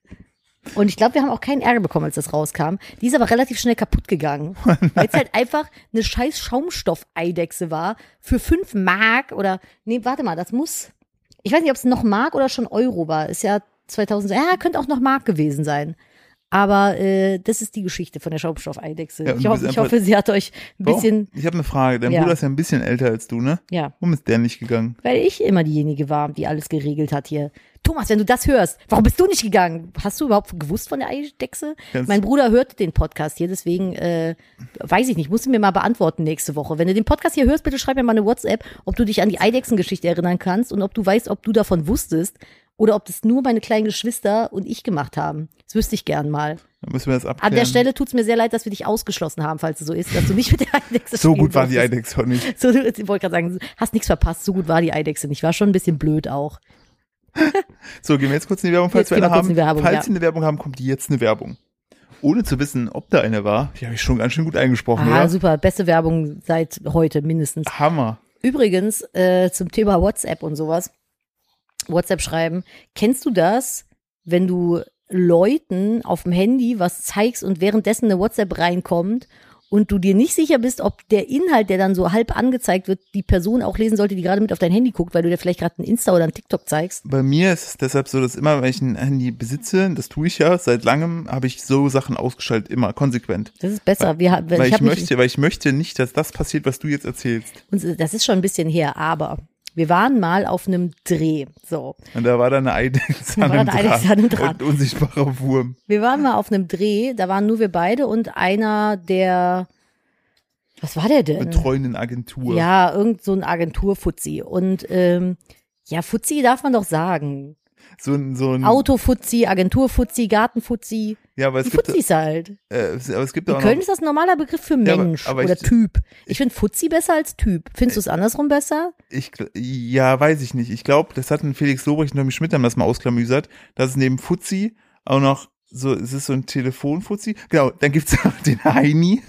Und ich glaube, wir haben auch keinen Ärger bekommen, als das rauskam. Die ist aber relativ schnell kaputt gegangen. Oh Weil es halt einfach eine scheiß Schaumstoff-Eidechse war. Für 5 Mark oder, nee, warte mal, das muss, ich weiß nicht, ob es noch Mark oder schon Euro war. Ist ja 2000, ja, könnte auch noch Mark gewesen sein. Aber äh, das ist die Geschichte von der Schaumstoff-Eidechse. Ja, und ich, du hoffe- bist ich einfach- hoffe, sie hat euch ein bisschen, Oh, ich habe eine Frage. Dein Ja. Bruder ist ja ein bisschen älter als du, ne? ja, Warum ist der nicht gegangen? weil ich immer diejenige war, die alles geregelt hat hier. Thomas, wenn du das hörst, warum bist du nicht gegangen? Hast du überhaupt gewusst von der Eidechse? Ganz- mein Bruder hört den Podcast hier, deswegen äh, weiß ich nicht, musst du mir mal beantworten nächste Woche. Wenn du den Podcast hier hörst, bitte schreib mir mal eine WhatsApp, ob du dich an die Eidechsengeschichte erinnern kannst und ob du weißt, ob du davon wusstest oder ob das nur meine kleinen Geschwister und ich gemacht haben. Das wüsste ich gern mal. Dann müssen wir das abklären. An der Stelle tut's mir sehr leid, dass wir dich ausgeschlossen haben, falls es so ist, dass du nicht mit der Eidechse so spielen gut war die durftest. Eidechse auch nicht. So, ich wollte gerade sagen, hast nichts verpasst, so gut war die Eidechse nicht. War schon ein bisschen blöd auch. So, gehen wir jetzt kurz in die Werbung, falls wir Jetzt eine gehen wir kurz haben. in die Werbung, falls ja. wir eine Werbung haben, kommt jetzt eine Werbung. Ohne zu wissen, ob da eine war, die habe ich schon ganz schön gut eingesprochen, Ah, oder? super, beste Werbung seit heute mindestens. Hammer. Übrigens, äh, zum Thema WhatsApp und sowas. WhatsApp schreiben. Kennst du das, wenn du Leuten auf dem Handy was zeigst und währenddessen eine WhatsApp reinkommt und du dir nicht sicher bist, ob der Inhalt, der dann so halb angezeigt wird, die Person auch lesen sollte, die gerade mit auf dein Handy guckt, weil du dir vielleicht gerade einen Insta oder einen TikTok zeigst? Bei mir ist es deshalb so, dass immer, wenn ich ein Handy besitze, das tue ich ja seit langem, habe ich so Sachen ausgeschaltet, immer konsequent. Das ist besser. Wir, ha- Weil ich, hab mich- möchte, weil ich möchte nicht, dass das passiert, was du jetzt erzählst. Und das ist schon ein bisschen her, aber wir waren mal auf einem Dreh. So. Und da war da eine Eidechse Da an war einem eine Eidechse an einem Draht Draht. und ein unsichtbarer Wurm. Wir waren mal auf einem Dreh, da waren nur wir beide und einer der, was war der denn? Betreuenden Agentur. Äh, Ja, irgend so ein Agenturfuzzi. Und ähm, ja, Fuzzi darf man doch sagen. So ein, so ein, Autofuzzi, Agenturfuzzi, Gartenfuzzi. ja, aber es Die gibt, Fuzzis halt. äh, es- aber es gibt In auch Köln noch, ist das ein normaler Begriff für Ja, aber- Mensch aber oder ich- Typ. Ich finde Fuzzi besser als Typ. Findest du es andersrum besser? ich, gl- ja, weiß ich nicht. Ich glaube, das hatten Felix Lobrecht und Tommy Schmidt haben das mal ausklamüsert, dass es neben Fuzzi auch noch so, es ist so ein Telefonfuzzi. Genau, dann gibt's auch den Heini.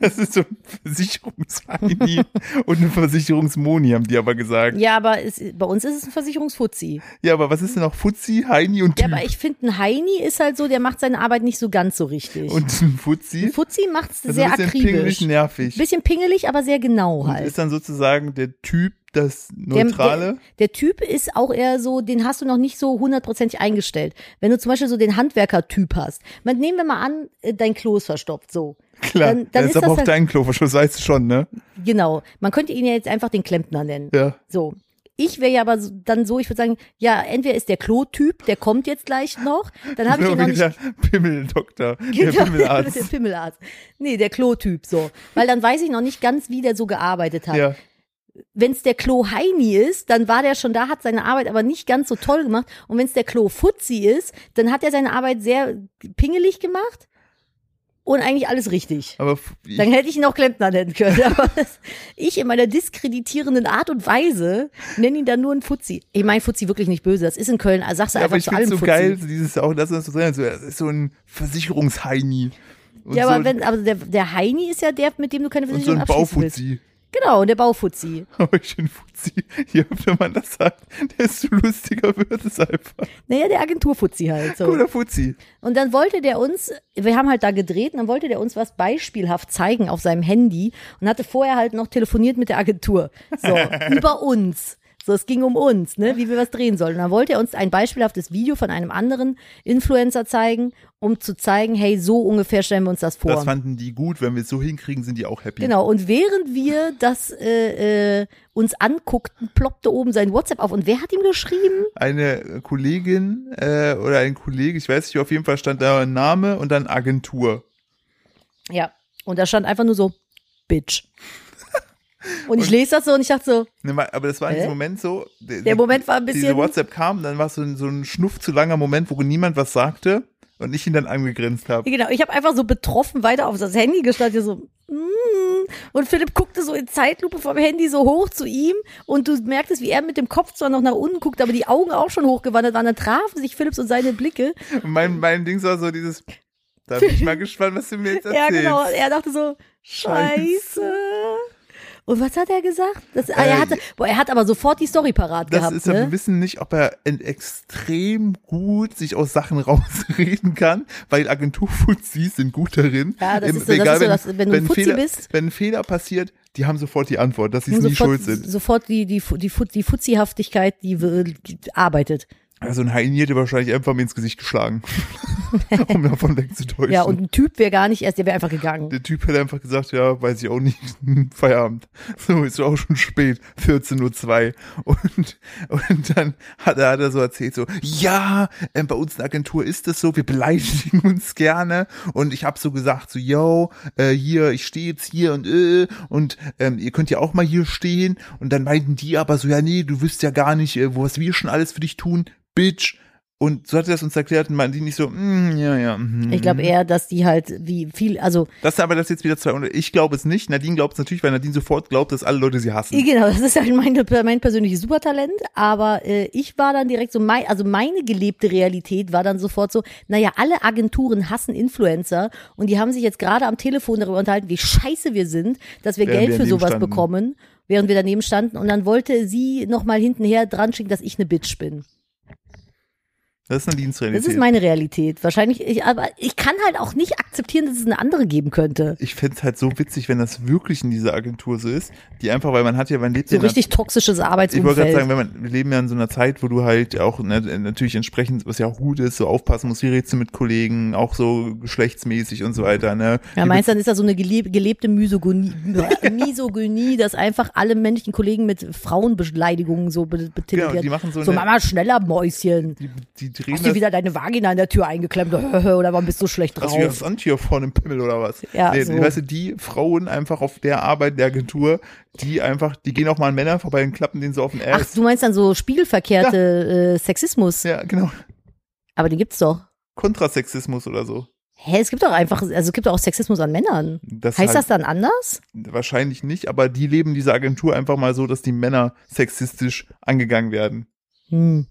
Das ist so ein Versicherungsheini und ein Versicherungsmoni, haben die aber gesagt. Ja, aber es, bei uns ist es ein Versicherungsfuzzi. Ja, aber was ist denn noch Fuzzi, Heini und Ja, Typ? aber ich finde, ein Heini ist halt so, der macht seine Arbeit nicht so ganz so richtig. und ein ein Fuzzi? Fuzzi macht es Das ist sehr ein bisschen akribisch. pingelig nervig. Bisschen pingelig, aber sehr genau Und halt. ist dann sozusagen der Typ das Der, Neutrale? der, der Typ ist auch eher so, den hast du noch nicht so hundertprozentig eingestellt. Wenn du zum Beispiel so den Handwerker-Typ hast, man, nehmen wir mal an, äh, dein Klo ist verstopft, so. Klar, dann, dann das ist ist aber das auch halt, dein Kloverschluss, weißt du schon, ne? genau. Man könnte ihn ja jetzt einfach den Klempner nennen. Ja. So. Ich wäre ja aber so- dann so, ich würde sagen, ja, entweder ist der Klo-Typ, der kommt jetzt gleich noch, dann habe ich ihn noch nicht der Pimmeldoktor, der Genau, der Pimmelarzt. Pimmelarzt. Nee, der Klo-Typ, so. Weil dann weiß ich noch nicht ganz, wie der so gearbeitet hat. Ja, Wenn es der Klo-Heini ist, dann war der schon da, hat seine Arbeit aber nicht ganz so toll gemacht. Und wenn es der Klo-Futzi ist, dann hat er seine Arbeit sehr pingelig gemacht und eigentlich alles richtig. aber f- ich, Dann hätte ich ihn auch Klempner nennen können. Aber das, ich in meiner diskreditierenden Art und Weise nenne ihn dann nur einen Futzi. Ich meine Futzi wirklich nicht böse. Das ist in Köln. Also sagst du aber einfach ich zu finde allem so Futzi. geil, dieses auch, das ist so, drin, so, das ist so ein Versicherungsheini. Und ja, so, aber, wenn, aber der, der Heini ist ja der, mit dem du keine und so Versicherung ein abschließen willst. Baufuzzi. Genau, der Baufuzzi. Aber ich finde Fuzzi, je öfter man das sagt, desto lustiger wird es einfach. Naja, der Agenturfuzzi halt. So. Cooler Fuzzi. Und dann wollte der uns, wir haben halt da gedreht, und dann wollte der uns was beispielhaft zeigen auf seinem Handy und hatte vorher halt noch telefoniert mit der Agentur. So, über uns. So, es ging um uns, ne, wie wir was drehen sollen. Und dann wollte er uns ein beispielhaftes Video von einem anderen Influencer zeigen, um zu zeigen, hey, so ungefähr stellen wir uns das vor. Das fanden die gut, wenn wir es so hinkriegen, sind die auch happy. Genau, und während wir das äh, äh, uns anguckten, ploppte oben sein WhatsApp auf. Und wer hat ihm geschrieben? Eine Kollegin äh, oder ein Kollege, ich weiß nicht, auf jeden Fall stand da ein Name und dann Agentur. Ja. Und da stand einfach nur so, Bitch. Und ich lese das so und ich dachte so, Ne, ma- aber das war in Hä? diesem Moment so. der Moment war ein Diese bisschen. WhatsApp kam, dann war es so ein, so ein schnuff zu langer Moment, wo niemand was sagte und ich ihn dann angegrinst habe. Genau, ich habe einfach so betroffen weiter auf das Handy gestarrt, hier so, mm. und Philipp guckte so in Zeitlupe vom Handy so hoch zu ihm und du merktest, wie er mit dem Kopf zwar noch nach unten guckt, aber die Augen auch schon hochgewandert waren, dann trafen sich Philipps und seine Blicke. Und mein, mein Ding war so dieses, da bin ich mal gespannt, was du mir jetzt Ja, erzählst. genau, er dachte so, scheiße. Und was hat er gesagt? Das, ah, Äh, er, hatte, boah, er hat aber sofort die Story parat Das gehabt. ist, ja- ne? wir wissen nicht, ob er in extrem gut sich aus Sachen rausreden kann, weil Agenturfuzis sind gut darin. Ja, das ist so- das ist so, dass- wenn du ein ein Fuzzi Fehler, bist- Wenn ein Fehler passiert, die haben sofort die Antwort, dass sie es Nun nie sofort, schuld sind. sofort die, die, Fu- die, Fu- die Fuzzihaftigkeit, die, wir- die arbeitet. Also ein Heini hätte wahrscheinlich einfach mir ins Gesicht geschlagen, um davon wegzutäuschen. Ja, und ein Typ wäre gar nicht erst, der wäre einfach gegangen. der Typ hätte einfach gesagt, ja, weiß ich auch nicht, Feierabend. So, ist auch schon spät, 14.02 Uhr. Und, und dann hat er, hat er so erzählt, so, ja, ähm, bei uns in der Agentur ist das so, wir beleidigen uns gerne. Und ich habe so gesagt, so, yo, äh, hier, ich stehe jetzt hier und äh, und ähm, ihr könnt ja auch mal hier stehen. Und dann meinten die aber so, ja, nee, du wüsst ja gar nicht, äh, was wir schon alles für dich tun, Bitch. Und so hat er das uns erklärt und meinten die nicht so, mm, ja, ja. mhm, Ich glaube eher, dass die halt wie viel, also das ist aber das jetzt wieder zwei. Und ich glaube es nicht. Nadine glaubt es natürlich, weil Nadine sofort glaubt, dass alle Leute sie hassen. genau, das ist halt mein, mein persönliches Supertalent, aber äh, ich war dann direkt so, mein, also meine gelebte Realität war dann sofort so, naja, alle Agenturen hassen Influencer und die haben sich jetzt gerade am Telefon darüber unterhalten, wie scheiße wir sind, dass wir Während Geld wir für daneben sowas standen. bekommen, während wir daneben standen und dann wollte sie nochmal hintenher dran schicken, dass ich eine Bitch bin. Das ist Nadines Das Realität. ist meine Realität. Wahrscheinlich, ich, aber ich kann halt auch nicht akzeptieren, dass es eine andere geben könnte. ich fände es halt so witzig, wenn das wirklich in dieser Agentur so ist, die einfach, weil man hat ja, man lebt ja So in einer- richtig ich toxisches wollte gerade sagen, Arbeitsumfeld. wenn man, wir leben ja in so einer Zeit, wo du halt auch ne, natürlich entsprechend, was ja auch gut ist, so aufpassen musst, wie redest du mit Kollegen, auch so geschlechtsmäßig und so weiter, ne? Ja, Wie meinst du, dann ist da so eine gele- gelebte Misogynie, Misogynie, dass einfach alle männlichen Kollegen mit Frauenbeleidigungen so be- betitelt Genau, werden. die machen so so eine- Mama, schneller Mäuschen. die, die drehen Hast du das, wieder deine Vagina in der Tür eingeklemmt? Oder warum bist du schlecht hast du wieder drauf? das Antier vorne im Pimmel oder was? Ja, nee, so. Weißt du, die Frauen einfach auf der Arbeit der Agentur, die einfach, die gehen auch mal an Männer vorbei und klappen denen so auf den Ach, Ass. du meinst dann so spiegelverkehrte äh, Sexismus. ja, genau. Aber den gibt's doch. Kontrasexismus oder so. Hä, es gibt doch einfach, also es gibt doch auch Sexismus an Männern. Das Heißt das halt dann anders? wahrscheinlich nicht, aber die leben diese Agentur einfach mal so, dass die Männer sexistisch angegangen werden. Hm.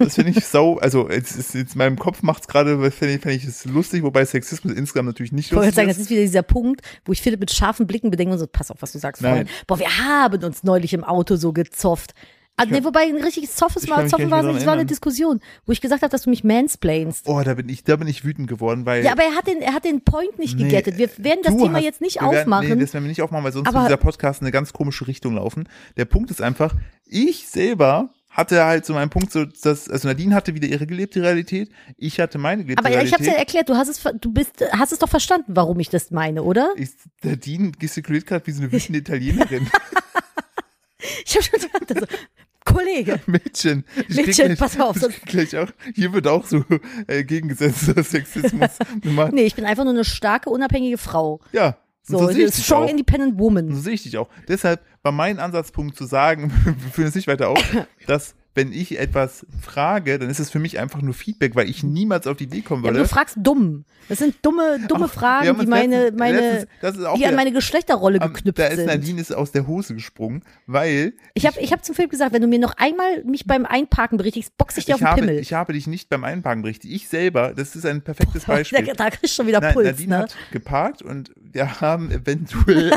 Das finde ich sau, also jetzt ist jetzt in meinem Kopf macht's gerade, finde ich, finde ich es lustig, wobei Sexismus insgesamt natürlich nicht Ich wollte lustig sagen, das ist. ist wieder dieser Punkt, wo ich Philipp mit scharfen Blicken bedenke und so, pass auf, was du sagst, Freund. Nein. Boah, wir haben uns neulich im Auto so gezofft. Ah, nee, wobei ein richtiges Zoffes Ich mal, kann mich Zoffen gar war, nicht mehr das dran war eine erinnern. Diskussion, wo ich gesagt habe, dass du mich mansplainst. Oh, da bin ich, da bin ich wütend geworden, weil Ja, aber er hat den, er hat den Point nicht Nee, gegettet. Wir werden das du Thema hast- jetzt nicht wir werden- aufmachen. Nee, das werden wir nicht aufmachen, weil sonst Aber- wird dieser Podcast in eine ganz komische Richtung laufen. Der Punkt ist einfach, ich selber hatte halt so meinen Punkt, so dass, also Nadine hatte wieder ihre gelebte Realität, ich hatte meine gelebte aber ja, Realität. ich habe ja erklärt, du hast es, ver- du bist, hast es doch verstanden, warum ich das meine, oder? Ich, der Dean gestikuliert gerade wie so eine wütende Italienerin. Ich habe schon gedacht, also, Kollege, Mädchen. ich krieg Mädchen, gleich- pass auf, das sonst- krieg Gleich auch, hier wird auch so äh, gegengesetzter Sexismus gemacht. nee, ich bin einfach nur eine starke, unabhängige Frau. Ja, So, so sehe ich dich strong, auch. independent woman. So sehe ich dich auch. Deshalb war mein Ansatzpunkt zu sagen, wir führen es nicht weiter auf, dass wenn ich etwas frage, dann ist es für mich einfach nur Feedback, weil ich niemals auf die Idee kommen Ja, aber würde. du fragst dumm. Das sind dumme, dumme wir Fragen, haben die uns meine, letztens- meine, letztens- das ist auch die an wieder- meine Geschlechterrolle Am- geknüpft da ist sind. Nadine ist aus der Hose gesprungen, weil Ich habe ich hab zum Philipp gesagt, wenn du mir noch einmal mich beim Einparken berichtigst, box ich dir auf ich den habe, Pimmel. ich habe dich nicht beim Einparken berichtet. Ich selber, das ist ein perfektes da, Beispiel. da kriegst du schon wieder Nein, Puls, Nadine ne? hat geparkt und wir haben eventuell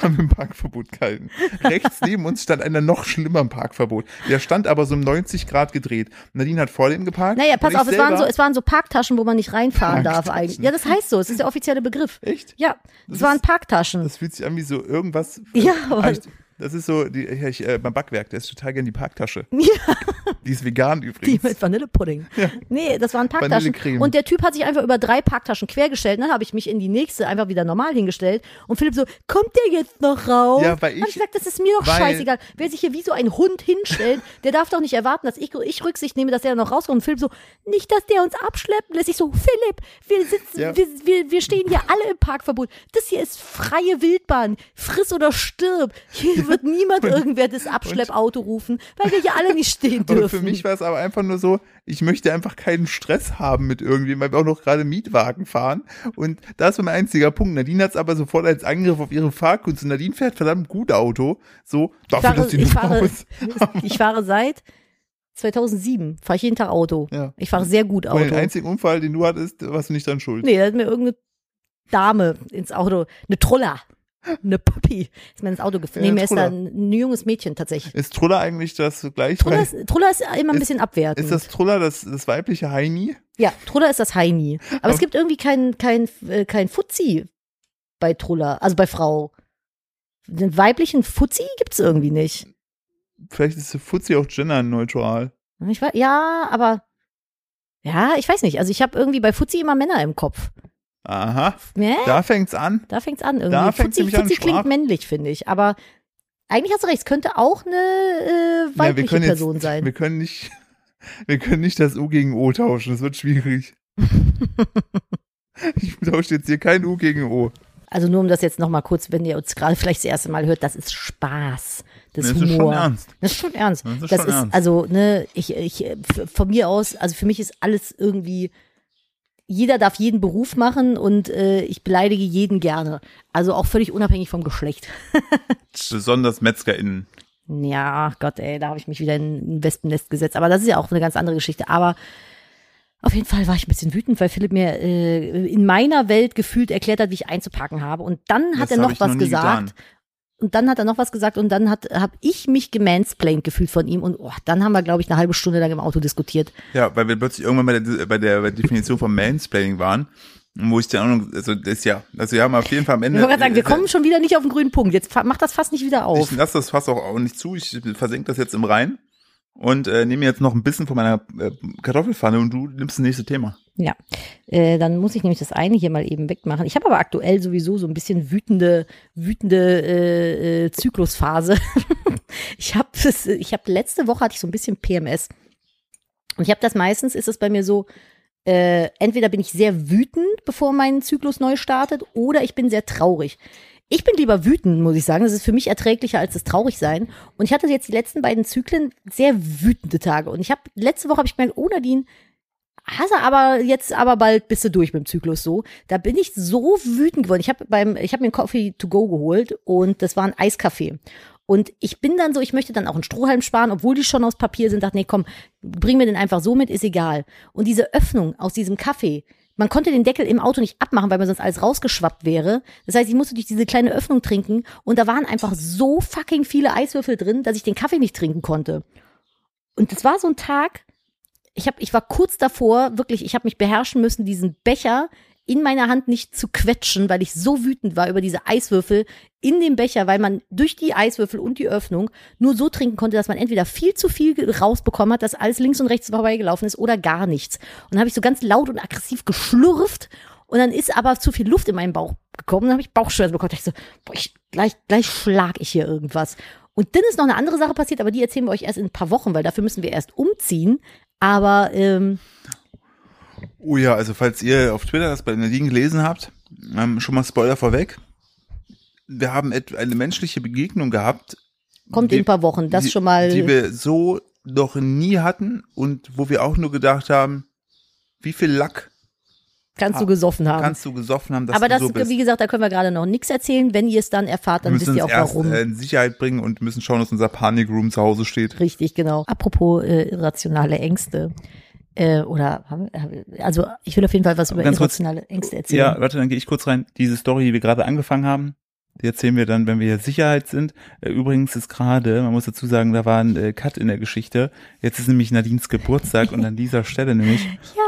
haben wir ein Parkverbot gehalten. Rechts neben uns stand einer noch schlimmeren Parkverbot. Der stand aber so um 90 Grad gedreht. Nadine hat vor dem geparkt. Naja, pass und ich auf, es selber- waren, so, es waren so Parktaschen, wo man nicht reinfahren darf Parktaschen. eigentlich. Ja, das heißt so, es ist der offizielle Begriff. Echt? Ja, es Das waren ist- Parktaschen. Das fühlt sich an wie so irgendwas. Ja, aber aber- ich, das ist so, die, ja, ich, äh, beim Backwerk, der ist total gern die Parktasche. ja, Die ist vegan die übrigens. mit Vanillepudding. Nee, das waren Parktaschen. Vanillecreme. Und der Typ hat sich einfach über drei Parktaschen quergestellt. Dann habe ich mich in die nächste einfach wieder normal hingestellt. Und Philipp so, kommt der jetzt noch raus? Ja, weil Hab ich- ich gesagt, das ist mir doch weil- scheißegal. Wer sich hier wie so ein Hund hinstellt, der darf doch nicht erwarten, dass ich, ich Rücksicht nehme, dass der noch rauskommt. Und Philipp so, nicht, dass der uns abschleppen lässt. Ich so, Philipp, wir sitzen, Ja. wir, wir, wir stehen hier alle im Parkverbot. Das hier ist freie Wildbahn. Friss oder stirb. Hier wird niemand irgendwer das Abschleppauto rufen, weil wir hier alle nicht stehen dürfen. Aber für mich war es aber einfach nur so, ich möchte einfach keinen Stress haben mit irgendjemandem, weil wir auch noch gerade Mietwagen fahren. Und das war mein einziger Punkt. Nadine hat es aber sofort als Angriff auf ihre Fahrkunst. Und Nadine fährt verdammt gut Auto. So, Ich dafür, dass fahre, die ich Frau fahre, ist. ich fahre seit 2007, fahre ich jeden Tag Auto. Ja. Ich fahre sehr gut Und Den Auto. einzigen Unfall, den du hattest, warst du nicht dran schuld. Nee, da hat mir irgendeine Dame ins Auto, eine Troller, eine Puppy, ist mir ins Auto gefallen. Ja, Nee, mir ist Troller. da ein, ein junges Mädchen tatsächlich. Ist Truller eigentlich das gleich? Troller ist, Troller ist immer ein Ist- bisschen abwertend. ist das Truller das, das weibliche Heini? ja, Troller ist das Heini. Aber Aber- es gibt irgendwie kein, kein, äh, kein Fuzzi bei Troller, also bei Frau. Den weiblichen Fuzzi gibt's irgendwie nicht. Vielleicht ist Fuzzi auch genderneutral. Ich war, ja, aber ja, ich weiß nicht. Also ich habe irgendwie bei Fuzzi immer Männer im Kopf. Aha, Ne? da fängt's an. Da fängt's an irgendwie. Da fängt's Fuzzi, nämlich an, Fuzzi klingt Schwarz. männlich, finde ich. Aber eigentlich hast du recht, es könnte auch eine äh, Ja, wir weibliche können jetzt- Person sein. Wir können nicht, wir können nicht das U gegen O tauschen, das wird schwierig. ich tausche jetzt hier kein U gegen O. Also nur um das jetzt nochmal kurz, wenn ihr uns gerade vielleicht das erste Mal hört, das ist Spaß. Das ist Das ist schon Humor. ernst. Das ist schon ernst. Das ist Das schon ist, ernst. also, ne, ich, ich, äh, f- von mir aus, also für mich ist alles irgendwie, jeder darf jeden Beruf machen und äh, ich beleidige jeden gerne. Also auch völlig unabhängig vom Geschlecht. Besonders MetzgerInnen. Ja, Gott, ey, da habe ich mich wieder in ein Wespennest gesetzt. Aber das ist ja auch eine ganz andere Geschichte. Aber auf jeden Fall war ich ein bisschen wütend, weil Philipp mir äh, in meiner Welt gefühlt erklärt hat, wie ich einzupacken habe. Und dann hat Das er hab noch ich was nie gesagt. getan. Und dann hat er noch was gesagt und dann hat habe ich mich gemansplained gefühlt von ihm und oh, dann haben wir glaube ich eine halbe Stunde lang im Auto diskutiert. Ja, weil wir plötzlich irgendwann bei der, bei der Definition von Mansplaining waren, wo ich dann auch noch, also das ist ja, also wir haben auf jeden Fall am Ich Ende. äh, wollte gerade sagen, wir kommen schon wieder nicht auf den grünen Punkt. Jetzt fa- macht das fast nicht wieder Ich auf. lasse das Fass auch, auch nicht zu, ich versenke das jetzt im Rhein und äh, nehme jetzt noch ein bisschen von meiner äh, Kartoffelpfanne und du nimmst das nächste Thema. Ja, äh, dann muss ich nämlich das eine hier mal eben wegmachen. Ich habe aber aktuell sowieso so ein bisschen wütende, wütende äh, äh, Zyklusphase. ich habe das, ich habe letzte Woche hatte ich so ein bisschen PMS und ich habe das meistens ist es bei mir so. Äh, entweder bin ich sehr wütend, bevor mein Zyklus neu startet, oder ich bin sehr traurig. Ich bin lieber wütend, muss ich sagen. Das ist für mich erträglicher als das Traurigsein. Und ich hatte jetzt die letzten beiden Zyklen sehr wütende Tage. Und ich habe letzte Woche habe ich gemerkt, oh Nadine, Hasse aber jetzt aber bald bist du durch mit dem Zyklus so. Da bin ich so wütend geworden. Ich habe beim ich habe mir einen Coffee to go geholt und das war ein Eiskaffee. Und ich bin dann so, ich möchte dann auch einen Strohhalm sparen, obwohl die schon aus Papier sind. Dachte, nee, komm, bring mir den einfach so mit, ist egal. Und diese Öffnung aus diesem Kaffee, man konnte den Deckel im Auto nicht abmachen, weil mir sonst alles rausgeschwappt wäre. Das heißt, ich musste durch diese kleine Öffnung trinken und da waren einfach so fucking viele Eiswürfel drin, dass ich den Kaffee nicht trinken konnte. Und das war so ein Tag, ich habe ich war kurz davor, wirklich, ich habe mich beherrschen müssen, diesen Becher in meiner Hand nicht zu quetschen, weil ich so wütend war über diese Eiswürfel in dem Becher, weil man durch die Eiswürfel und die Öffnung nur so trinken konnte, dass man entweder viel zu viel rausbekommen hat, dass alles links und rechts vorbeigelaufen ist oder gar nichts. Und dann habe ich so ganz laut und aggressiv geschlürft und dann ist aber zu viel Luft in meinen Bauch gekommen. Dann habe ich Bauchschmerzen bekommen. Da dachte ich so, boah, ich, gleich, gleich schlag ich hier irgendwas. Und dann ist noch eine andere Sache passiert, aber die erzählen wir euch erst in ein paar Wochen, weil dafür müssen wir erst umziehen. Aber ähm, Oh ja, also falls ihr auf Twitter das bei Nadine gelesen habt, ähm, schon mal Spoiler vorweg. Wir haben et- eine menschliche Begegnung gehabt. kommt die- in ein paar Wochen. Das die, schon mal. Die wir so noch nie hatten und wo wir auch nur gedacht haben, wie viel Lack kannst du gesoffen haben. Ah, kannst du gesoffen haben, dass aber du das, so bist. wie gesagt, da können wir gerade noch nichts erzählen. Wenn ihr es dann erfahrt, wir dann müssen wisst ihr auch uns erst warum. äh, in Sicherheit bringen und müssen schauen, dass unser Panikroom zu Hause steht. Richtig, genau. Apropos äh, irrationale Ängste. Äh, oder haben wir- also ich will auf jeden Fall was über Ganz kurz. irrationale Ängste erzählen. Ja, warte, dann gehe ich kurz rein. Diese Story, die wir gerade angefangen haben, die erzählen wir dann, wenn wir hier Sicherheit sind. Äh, Übrigens ist gerade, man muss dazu sagen, da war ein äh, Cut in der Geschichte. Jetzt ist nämlich Nadines Geburtstag und an dieser Stelle nämlich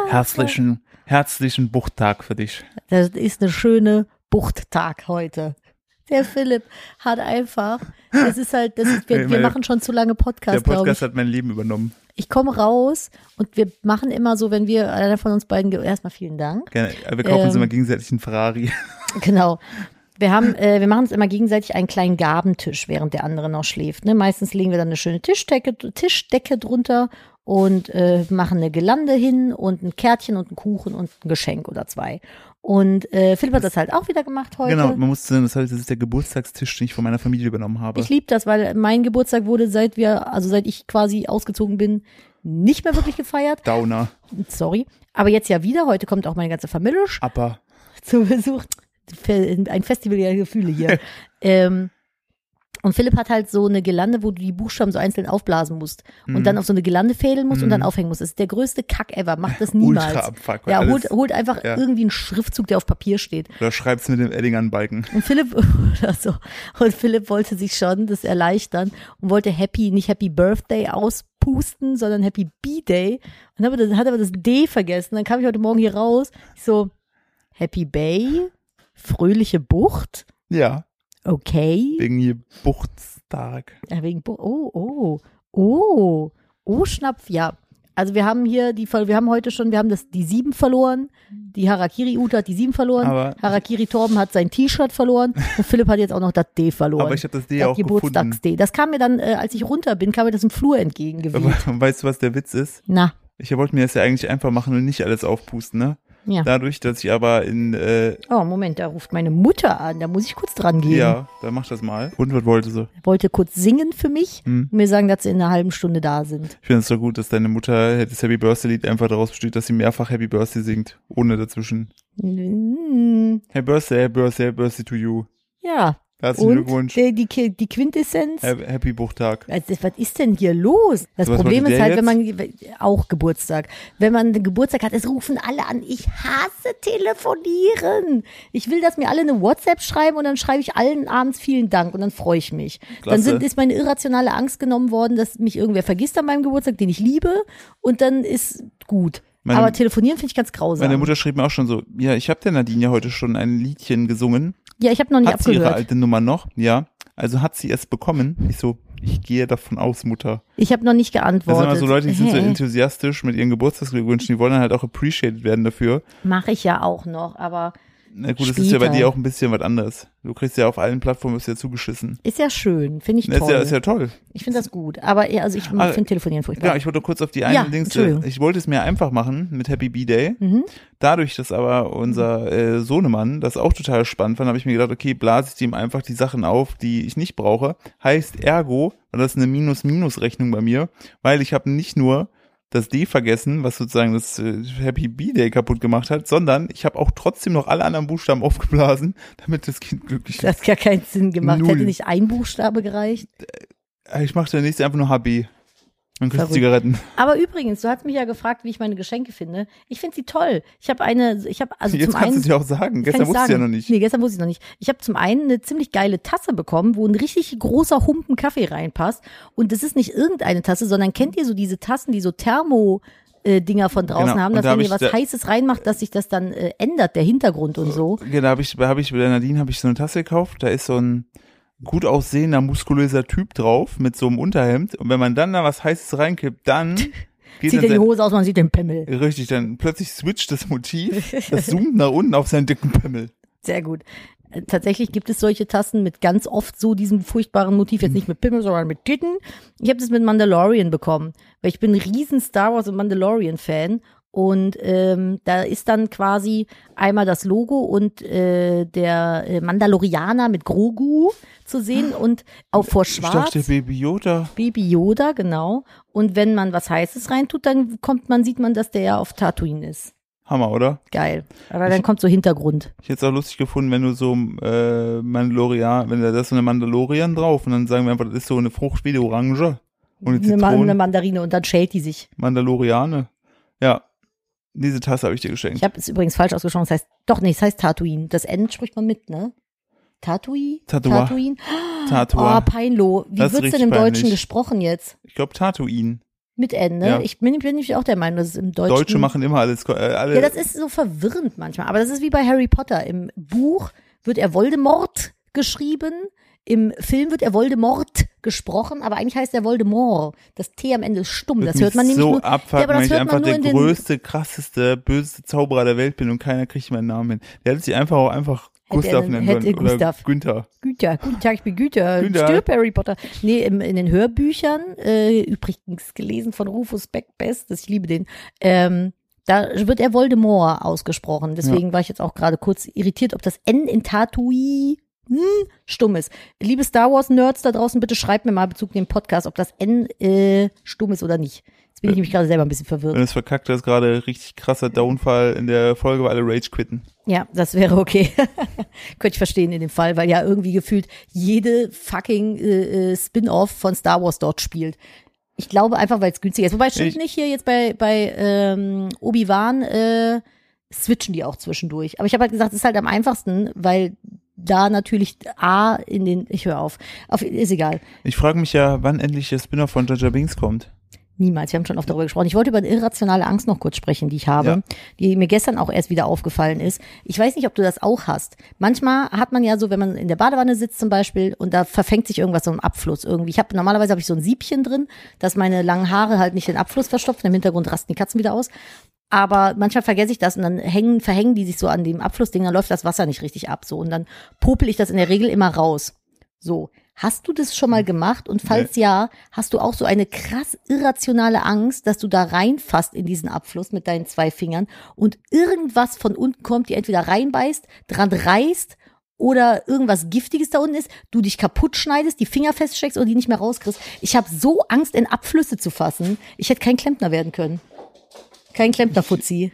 herzlichen, herzlichen Buchttag für dich. Das ist eine schöne Buchttag heute. Der Philipp hat einfach, das ist halt, das ist, wir, wir Meine- machen schon zu lange Der Podcast, glaube ich. Podcast hat mein Leben übernommen. Ich komme raus und wir machen immer so, wenn wir, einer von uns beiden, ge- erstmal vielen Dank. Gerne. Äh, Wir kaufen uns Ähm. immer gegenseitig einen Ferrari. Genau. Wir haben, äh, wir machen uns immer gegenseitig einen kleinen Gabentisch, während der andere noch schläft. Ne? Meistens legen wir dann eine schöne Tischdecke, Tischdecke drunter und äh, machen eine Gelande hin und ein Kärtchen und einen Kuchen und ein Geschenk oder zwei. Und äh, Philipp hat das halt auch wieder gemacht heute. Genau, man muss sagen, das heißt, das ist der Geburtstagstisch, den ich von meiner Familie übernommen habe. Ich liebe das, weil mein Geburtstag wurde, seit wir, also seit ich quasi ausgezogen bin, nicht mehr wirklich gefeiert. Downer, Sorry. Aber jetzt ja wieder. Heute kommt auch meine ganze Familie Upper. zu Besuch. Ein Festival der Gefühle hier. ähm, und Philipp hat halt so eine Gelande, wo du die Buchstaben so einzeln aufblasen musst und Mhm. dann auf so eine Gelande fädeln musst und dann aufhängen musst. Das ist der größte Kack ever. Macht das niemals. Ultra Abfuck. ja, alles. holt, holt einfach Ja. irgendwie einen Schriftzug, der auf Papier steht. Oder schreibst mit dem Edding an den Balken. Und Philipp oder so. Und Philipp wollte sich schon das erleichtern und wollte Happy, nicht Happy Birthday auspusten, sondern Happy B-Day. Und habe das, hat aber das D vergessen. Dann kam ich heute Morgen hier raus. Ich so, Happy Bay, fröhliche Bucht, Ja, okay. wegen Geburtstag. Ja, wegen Bu- oh, oh, oh, oh, Schnapf, ja. Also wir haben hier die, Ver- wir haben heute schon, wir haben das, die sieben verloren. Die Harakiri Ute hat die sieben verloren. Aber- Harakiri Torben hat sein T-Shirt verloren. Und Philipp hat jetzt auch noch das D verloren. Aber ich habe das D das auch gefunden. Geburtstags-D. Das kam mir dann, äh, als ich runter bin, kam mir das im Flur entgegengeweht. Aber weißt du, was der Witz ist? Na, Ich wollte mir das ja eigentlich einfach machen und nicht alles aufpusten, ne? ja. Dadurch, dass ich aber in, äh, Oh, Moment, da ruft meine Mutter an. Da muss ich kurz dran gehen. ja, dann mach das mal. Und was wollte sie? Wollte kurz singen für mich Hm. und mir sagen, dass sie in einer halben Stunde da sind. Ich finde es so gut, dass deine Mutter das Happy Birthday Lied einfach daraus besteht, dass sie mehrfach Happy Birthday singt, ohne dazwischen. Mm, Happy Birthday, Happy Birthday, Happy Birthday to you. Ja. Herzlichen Und Glückwunsch. der, die, Ki- die Quintessenz. Ha- Happy Buchtag. Also, was ist denn hier los? Das So, was Problem wollte ist der halt, wenn man auch Geburtstag, wenn man einen Geburtstag hat, es rufen alle an. Ich hasse telefonieren. Ich will, dass mir alle eine WhatsApp schreiben und dann schreibe ich allen abends vielen Dank und dann freue ich mich. Dann Klasse. sind, ist meine irrationale Angst genommen worden, dass mich irgendwer vergisst an meinem Geburtstag, den ich liebe, und dann ist gut. Meine- Aber telefonieren finde ich ganz grausam. Meine Mutter schrieb mir auch schon so, ja, ich habe der Nadine ja heute schon ein Liedchen gesungen. ja, ich habe noch nicht Hat sie ihre abgehört. alte Nummer noch? Ja. Also hat sie es bekommen? Ich so, ich gehe davon aus, Mutter. Ich habe noch nicht Das sind geantwortet. immer so Leute, die sind so Hä? enthusiastisch mit ihren Geburtstagsglückwünschen, die wollen dann halt auch appreciated werden dafür. Mache ich ja auch noch, aber Na gut, das ist ja bei Später. dir auch ein bisschen was anderes. Du kriegst ja auf allen Plattformen ist ja zugeschissen. ist ja schön, finde ich Na, toll. Ist ja, ist ja toll. Ich finde das gut, aber ja, also ich Ah, finde Telefonieren Ja, furchtbar. ich wollte kurz auf die eine Ja, Dings. äh, Entschuldigung. Mhm. Ich wollte es mir einfach machen mit Happy B-Day. Dadurch, dass aber unser äh, Sohnemann das auch total spannend fand, habe ich mir gedacht, okay, blase ich ihm einfach die Sachen auf, die ich nicht brauche. Heißt ergo, und das ist eine Minus-Minus-Rechnung bei mir, weil ich habe nicht nur das D vergessen, was sozusagen das äh, Happy B-Day kaputt gemacht hat, sondern ich habe auch trotzdem noch alle anderen Buchstaben aufgeblasen, damit das Kind glücklich ist. das hat gar keinen Sinn gemacht. Null. Hätte nicht ein Buchstabe gereicht. Ich mache demnächst einfach nur HB. Dann kriegst Verrückt. du Zigaretten. Aber übrigens, du hast mich ja gefragt, wie ich meine Geschenke finde. Ich finde sie toll. Ich habe eine, ich habe also Jetzt zum kannst du einen. es ja auch sagen. Kann Gestern ich wusstest du ja sagen. noch nicht. Nee, gestern wusste ich noch nicht. Ich habe zum einen eine ziemlich geile Tasse bekommen, wo ein richtig großer Humpen Kaffee reinpasst. Und das ist nicht irgendeine Tasse, sondern kennt ihr so diese Tassen, die so Thermo. äh, Dinger von draußen Genau. haben, Und dass da hab wenn ihr ich was da- Heißes reinmacht, dass sich das dann äh, ändert, der Hintergrund und so. Genau, habe ich, hab ich bei der Nadine habe ich so eine Tasse gekauft. Da ist so ein gut aussehender, muskulöser Typ drauf mit so einem Unterhemd. Und wenn man dann da was Heißes reinkippt, dann geht Zieht dann er die sein, Hose aus, man sieht den Pimmel. richtig, dann plötzlich switcht das Motiv, das zoomt nach unten auf seinen dicken Pimmel. Sehr gut. Äh, Tatsächlich gibt es solche Tassen mit ganz oft so diesem furchtbaren Motiv, Mhm. jetzt nicht mit Pimmel, sondern mit Titten. Ich habe das mit Mandalorian bekommen, weil ich bin ein riesen Star Wars und Mandalorian Fan und ähm, da ist dann quasi einmal das Logo und äh, der äh, Mandalorianer mit Grogu zu sehen und auch vor Ah. Ich dachte, Schwarz. Baby Yoda. Baby Yoda, genau. Und wenn man was Heißes reintut, dann kommt man, sieht man, dass der ja auf Tatooine ist. Hammer, oder? Geil. Aber dann kommt so Hintergrund. Ich hätte es auch lustig gefunden, wenn du so äh, Mandalorian, wenn da das so eine Mandalorian drauf und dann sagen wir einfach, das ist so eine Frucht wie die Orange. Und die eine, Ma eine Zitronen, Mandarine und dann schält die sich. Mandaloriane. Ja, diese Tasse habe ich dir geschenkt. Ich habe es übrigens falsch ausgesprochen. Es heißt, doch nicht, es heißt Tatooine. Das N spricht man mit, ne? Tatui? Tatua. Tatooine? Tatua. Oh, peinlo. Wie Das ist wird's richtig denn im Deutschen peinlich. gesprochen jetzt? Ich glaube Tatooine. Mit N, ne? Ja. Ich bin, bin ich auch der Meinung, dass es im Deutschen. Deutsche machen immer alles. ko- Äh, alle, Ja, das ist so verwirrend manchmal. Aber das ist wie bei Harry Potter. Im Buch wird er Voldemort geschrieben. Im Film wird er Voldemort gesprochen, aber eigentlich heißt er Voldemort. Das T am Ende ist stumm. wird Das hört man mich nämlich so nur. abfucken, ja, aber weil das ich hört einfach man nur der in den größte, krasseste, böseste Zauberer der Welt bin und keiner kriegt meinen Namen hin. Der hätte sich einfach auch einfach Hätte er Gustav einen- nennen hätte können oder Gustav. Günther. Güter, guten Tag, ich bin Güter. Güter. Stirb, Harry Potter. Nee, im, in den Hörbüchern, äh, übrigens gelesen von Rufus Beck Bestes, ich liebe den, ähm, da wird er Voldemort ausgesprochen. Deswegen war ich jetzt auch gerade kurz irritiert, ob das N in Tatui hm, stumm ist. Liebe Star Wars-Nerds da draußen, bitte schreibt mir mal Bezug in den Podcast, ob das N äh, stumm ist oder nicht. Jetzt bin ich nämlich gerade selber ein bisschen verwirrt. Wenn es verkackt ist, gerade richtig krasser Downfall in der Folge, weil alle Rage quitten. Ja, das wäre okay. Könnte ich verstehen in dem Fall, weil ja irgendwie gefühlt jede fucking äh, äh, Spin-off von Star Wars dort spielt. Ich glaube einfach, weil es günstiger ist. Wobei es stimmt Ich- nicht hier jetzt bei, bei ähm, Obi-Wan äh, switchen die auch zwischendurch. Aber ich habe halt gesagt, es ist halt am einfachsten, weil da natürlich A in den. Ich höre auf. auf. Ist egal. Ich frage mich ja, wann endlich der Spinner von Jaja Binks kommt. Niemals, wir haben schon oft darüber gesprochen. Ich wollte über eine irrationale Angst noch kurz sprechen, die ich habe, Ja. die mir gestern auch erst wieder aufgefallen ist. Ich weiß nicht, ob du das auch hast. Manchmal hat man ja so, wenn man in der Badewanne sitzt zum Beispiel und da verfängt sich irgendwas so im Abfluss irgendwie. Ich habe normalerweise habe ich so ein Siebchen drin, dass meine langen Haare halt nicht den Abfluss verstopfen. Im Hintergrund rasten die Katzen wieder aus. Aber manchmal vergesse ich das und dann hängen, verhängen die sich so an dem Abflussding, dann läuft das Wasser nicht richtig ab so und dann popel ich das in der Regel immer raus. So. Hast du das schon mal gemacht? Und falls ja, hast du auch so eine krass irrationale Angst, dass du da reinfasst in diesen Abfluss mit deinen zwei Fingern und irgendwas von unten kommt, die entweder reinbeißt, dran reißt oder irgendwas Giftiges da unten ist, du dich kaputt schneidest, die Finger feststeckst oder die nicht mehr rauskriegst. Ich habe so Angst, in Abflüsse zu fassen. Ich hätte kein Klempner werden können. Kein Klempner-Fuzzi.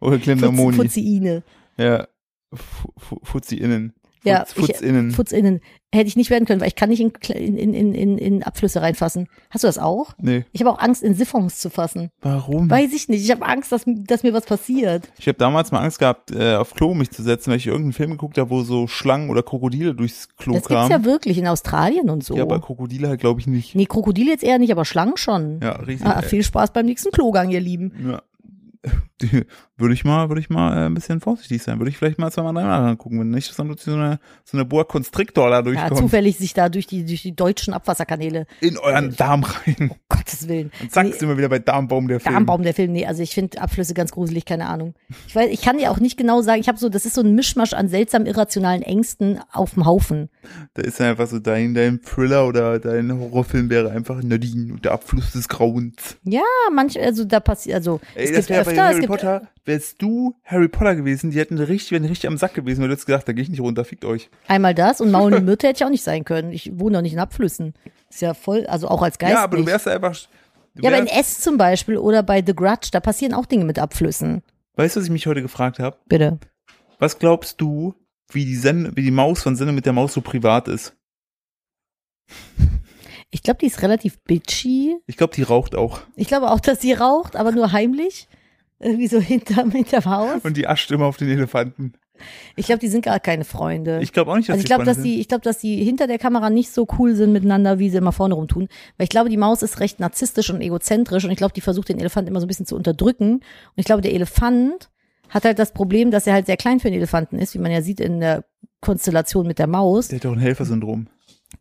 Oder Klemmermoni. Fuzziine. Ja. Fu- Fu- Fuzzi-Innen. Futz, Ja, ich- Futz-Innen. Futzinnen. Hätte ich nicht werden können, weil ich kann nicht in, Kle- in, in, in, in Abflüsse reinfassen. Hast du das auch? Nee. Ich habe auch Angst, in Siphons zu fassen. Warum? Weiß ich nicht. Ich habe Angst, dass, dass mir was passiert. Ich habe damals mal Angst gehabt, äh, auf Klo mich zu setzen, weil ich irgendeinen Film geguckt habe, wo so Schlangen oder Krokodile durchs Klo Das gibt's kamen. ja wirklich in Australien und so. Ja, aber Krokodile halt, glaube ich, nicht. nee, Krokodile jetzt eher nicht, aber Schlangen schon. Ja, richtig. Ah, äh, viel Spaß beim nächsten Klogang, ihr Lieben. ja. Die- Würde ich mal, würde ich mal äh, ein bisschen vorsichtig sein. Würde ich vielleicht mal zweimal dreimal angucken, wenn nicht, dass dann so eine, so eine Boa Constrictor da Ja, durchkommt. zufällig sich da durch die, durch die deutschen Abwasserkanäle. Um in euren Darm rein. Gottes Willen. Und zack, sind wir wieder bei Darmbaum der Film. Darmbaum der Film, nee, also ich finde Abflüsse ganz gruselig, keine Ahnung. Ich weiß, ich kann dir auch nicht genau sagen, ich habe so, das ist so ein Mischmasch an seltsam irrationalen Ängsten auf dem Haufen. Da ist dann einfach so dein, dein Thriller oder dein Horrorfilm wäre einfach Nadine und der Abfluss des Grauens. Ja, manch, also da passiert, also Ey, es das gibt wäre öfter, bei es Harry gibt Potter, wärst du Harry Potter gewesen, die hätten richtig, wären richtig am Sack gewesen, weil du hättest gesagt, da gehe ich nicht runter, fickt euch. einmal das und Maulende Myrte hätte ich auch nicht sein können. Ich wohne doch nicht in Abflüssen. Ist ja voll, also auch als Geist ja, aber nicht. du wärst einfach. Du ja, aber in wärst, S zum Beispiel oder bei The Grudge, da passieren auch Dinge mit Abflüssen. weißt du, was ich mich heute gefragt habe? Bitte. Was glaubst du, wie die, Sen wie die Maus von Sinne mit der Maus so privat ist? Ich glaube, die ist relativ bitchy. Ich glaube, die raucht auch. Ich glaube auch, dass sie raucht, aber nur heimlich. Irgendwie so hinterm, hinterm Haus. Und die ascht immer auf den Elefanten. Ich glaube, die sind gar keine Freunde. Ich glaube auch nicht, dass also ich glaube, Freunde dass sind. die, ich glaube, dass die hinter der Kamera nicht so cool sind miteinander, wie sie immer vorne rumtun. Weil ich glaube, die Maus ist recht narzisstisch und egozentrisch und ich glaube, die versucht den Elefant immer so ein bisschen zu unterdrücken. Und ich glaube, der Elefant hat halt das Problem, dass er halt sehr klein für den Elefanten ist, wie man ja sieht in der Konstellation mit der Maus. Der hat doch ein Helfersyndrom.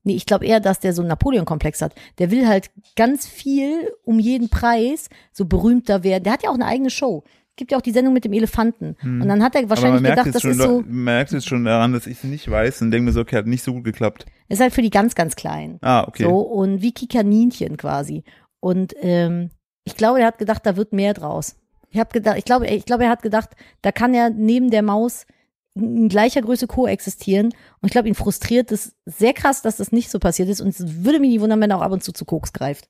Nee, ich glaube eher, dass der so einen Napoleon-Komplex hat. Der will halt ganz viel um jeden Preis so berühmter werden. Der hat ja auch eine eigene Show. Gibt ja auch die Sendung mit dem Elefanten. Und dann hat er Hm. Aber wahrscheinlich man merkt, gedacht, es das schon, ist so, man merkt es schon daran, dass ich es nicht weiß und denke mir so, okay, hat nicht so gut geklappt. ist halt für die ganz, ganz Kleinen. Ah, okay. So, und wie Kikaninchen quasi. Und ähm, ich glaube, er hat gedacht, da wird mehr draus. Ich habe gedacht, ich glaube, ich glaube, er hat gedacht, da kann er neben der Maus in gleicher Größe koexistieren. Und ich glaube, ihn frustriert es sehr krass, dass das nicht so passiert ist. Und es würde mich nicht wundern, wenn er auch ab und zu zu Koks greift.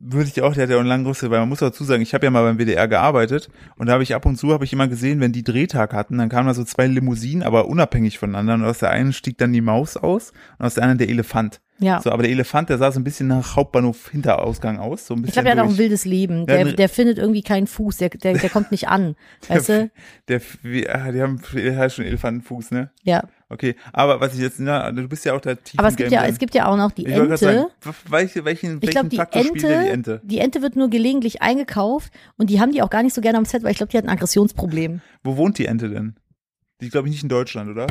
Würde ich auch, der hat ja auch einen langen Rüssel, weil man muss dazu sagen, ich habe ja mal beim WDR gearbeitet und da habe ich ab und zu, habe ich immer gesehen, wenn die Drehtag hatten, dann kamen da so zwei Limousinen, aber unabhängig voneinander und aus der einen stieg dann die Maus aus und aus der anderen der Elefant. Ja. So, aber der Elefant, der sah so ein bisschen nach Hauptbahnhof Hinterausgang aus, so ein bisschen ich glaube, er hat auch ein durch. wildes Leben. Ja, Der, ne- der findet irgendwie keinen Fuß. Der, der, der kommt nicht an. weißt du? Der, wie, ah, die haben der hat schon Elefantenfuß, ne? Ja. Okay, aber was ich jetzt, na, du bist ja auch der Team Aber es gibt ja, es gibt ja auch noch die ich wollte Ente. gerade sagen, w- welche, welchen, Ich glaube, welchen die Faktor Ente, spielt denn die Ente? die Ente wird nur gelegentlich eingekauft und die haben die auch gar nicht so gerne am Set, weil ich glaube, die hat ein Aggressionsproblem. Wo wohnt die Ente denn? Die glaube ich nicht in Deutschland, oder?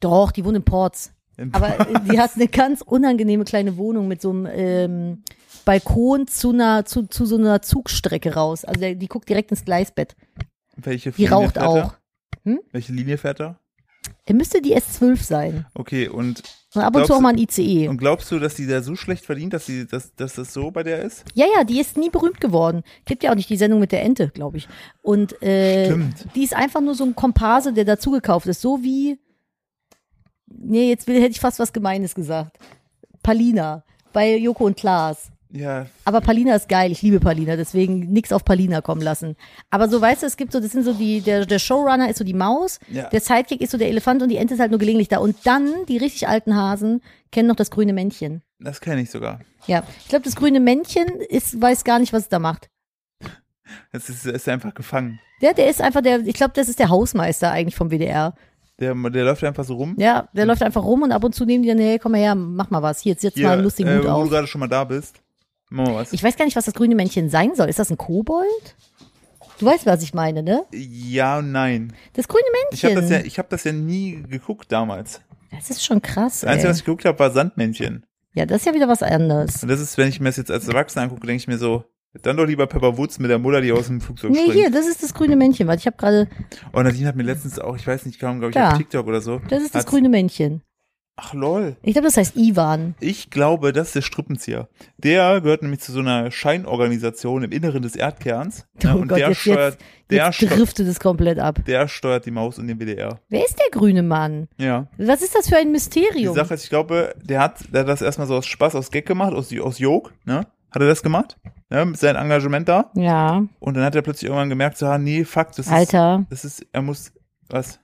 Doch, die wohnt in Ports. In Aber äh, die hat eine ganz unangenehme kleine Wohnung mit so einem ähm, Balkon zu, einer, zu, zu so einer Zugstrecke raus. Also der, die guckt direkt ins Gleisbett. Welche Die Linie raucht fährt er? auch. Welche Linie fährt er? Er müsste die S12 sein. Okay, und, Und ab und Glaubst zu auch du- mal ein E. ICE. und glaubst du, dass die da so schlecht verdient, dass, die, dass, dass das so bei der ist? Ja, ja, die ist nie berühmt geworden. Gibt ja auch nicht die Sendung mit der Ente, glaube ich. Und äh, Stimmt. die ist einfach nur so ein Komparse, der dazugekauft ist. So wie, nee, jetzt will, hätte ich fast was Gemeines gesagt. Palina bei Joko und Klaas. Ja, Aber Palina ist geil, ich liebe Palina, deswegen nix auf Palina kommen lassen. Aber so, weißt du, es gibt so, das sind so die, der, der Showrunner ist so die Maus, Ja. der Sidekick ist so der Elefant und die Ente ist halt nur gelegentlich da. Und dann, die richtig alten Hasen, kennen noch das grüne Männchen. das kenne ich sogar. Ja, ich glaube, das grüne Männchen ist, weiß gar nicht, was es da macht. Das ist, ist einfach gefangen. Der, der ist einfach der, ich glaube, das ist der Hausmeister eigentlich vom WDR. Der, der läuft einfach so rum. Ja, der läuft einfach rum und ab und zu nehmen die dann, hey, komm mal her, mach mal was. Hier, jetzt setz mal einen lustigen äh, Hut wo du auf. gerade schon mal da bist. Machen wir was. Ich weiß gar nicht, was das grüne Männchen sein soll. Ist das ein Kobold? Du weißt, was ich meine, ne? Ja, nein. Das grüne Ich habe Männchen. das, ja, ich hab das ja nie geguckt damals. Das ist schon krass. Das Einzige, Ey. was ich geguckt habe, war Sandmännchen. Ja, das ist ja wieder was anderes. Und das ist, wenn ich mir das jetzt als Erwachsener angucke, denke ich mir so, dann doch lieber Pepper Woods mit der Mutter, die aus dem Flugzeug Nee, springt. hier, das ist das grüne Männchen, weil ich habe gerade, Und Nadine hat mir letztens auch, ich weiß nicht, kam, glaube ich, Da. auf TikTok oder so. das ist das hat's- grüne Männchen. Ach lol. Ich glaube, das heißt Ivan. Ich glaube, das ist der Strippenzieher. Der gehört nämlich zu so einer Scheinorganisation im Inneren des Erdkerns. ne? Oh und Gott, der, jetzt, steuert, jetzt, der, jetzt steu- driftet es komplett ab. der steuert die Maus und den WDR. Wer ist der grüne Mann? Ja. Was ist das für ein Die Mysterium? Sache ist, ich glaube, der hat, der hat das erstmal so aus Spaß, aus Gag gemacht, aus, aus Jog, ne? Hat er das gemacht? Ne? Mit seinem Engagement da. ja, Und dann hat er plötzlich irgendwann gemerkt, so, ah, nee, fuck, das ist, Alter, das ist, er muss, was?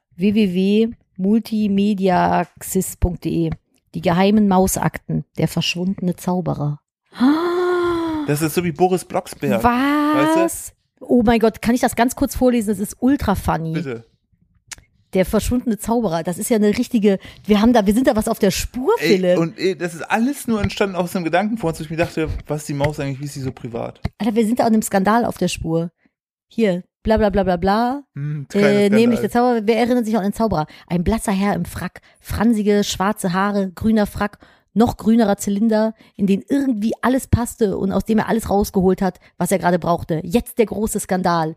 www.multimediaxis.de. Die geheimen Mausakten, der verschwundene Zauberer. Ah, Das ist so wie Boris Blocksberg. Was? Oh mein Gott, kann ich das ganz kurz vorlesen? Das ist ultra funny. Bitte. Der verschwundene Zauberer, das ist ja eine richtige, wir haben da, wir sind da was auf der Spur, Ey, Philipp. und ey, das ist alles nur entstanden aus einem Gedanken vor uns, wo ich mir dachte, was ist die Maus eigentlich, wie ist sie so privat? Alter, wir sind da an einem Skandal auf der Spur. Hier, bla bla bla bla bla. Hm, Äh, nämlich der das. Zauberer, wer erinnert sich an den Zauberer? Ein blasser Herr im Frack, fransige, schwarze Haare, grüner Frack, noch grünerer Zylinder, in den irgendwie alles passte und aus dem er alles rausgeholt hat, was er gerade brauchte. Jetzt der große Skandal.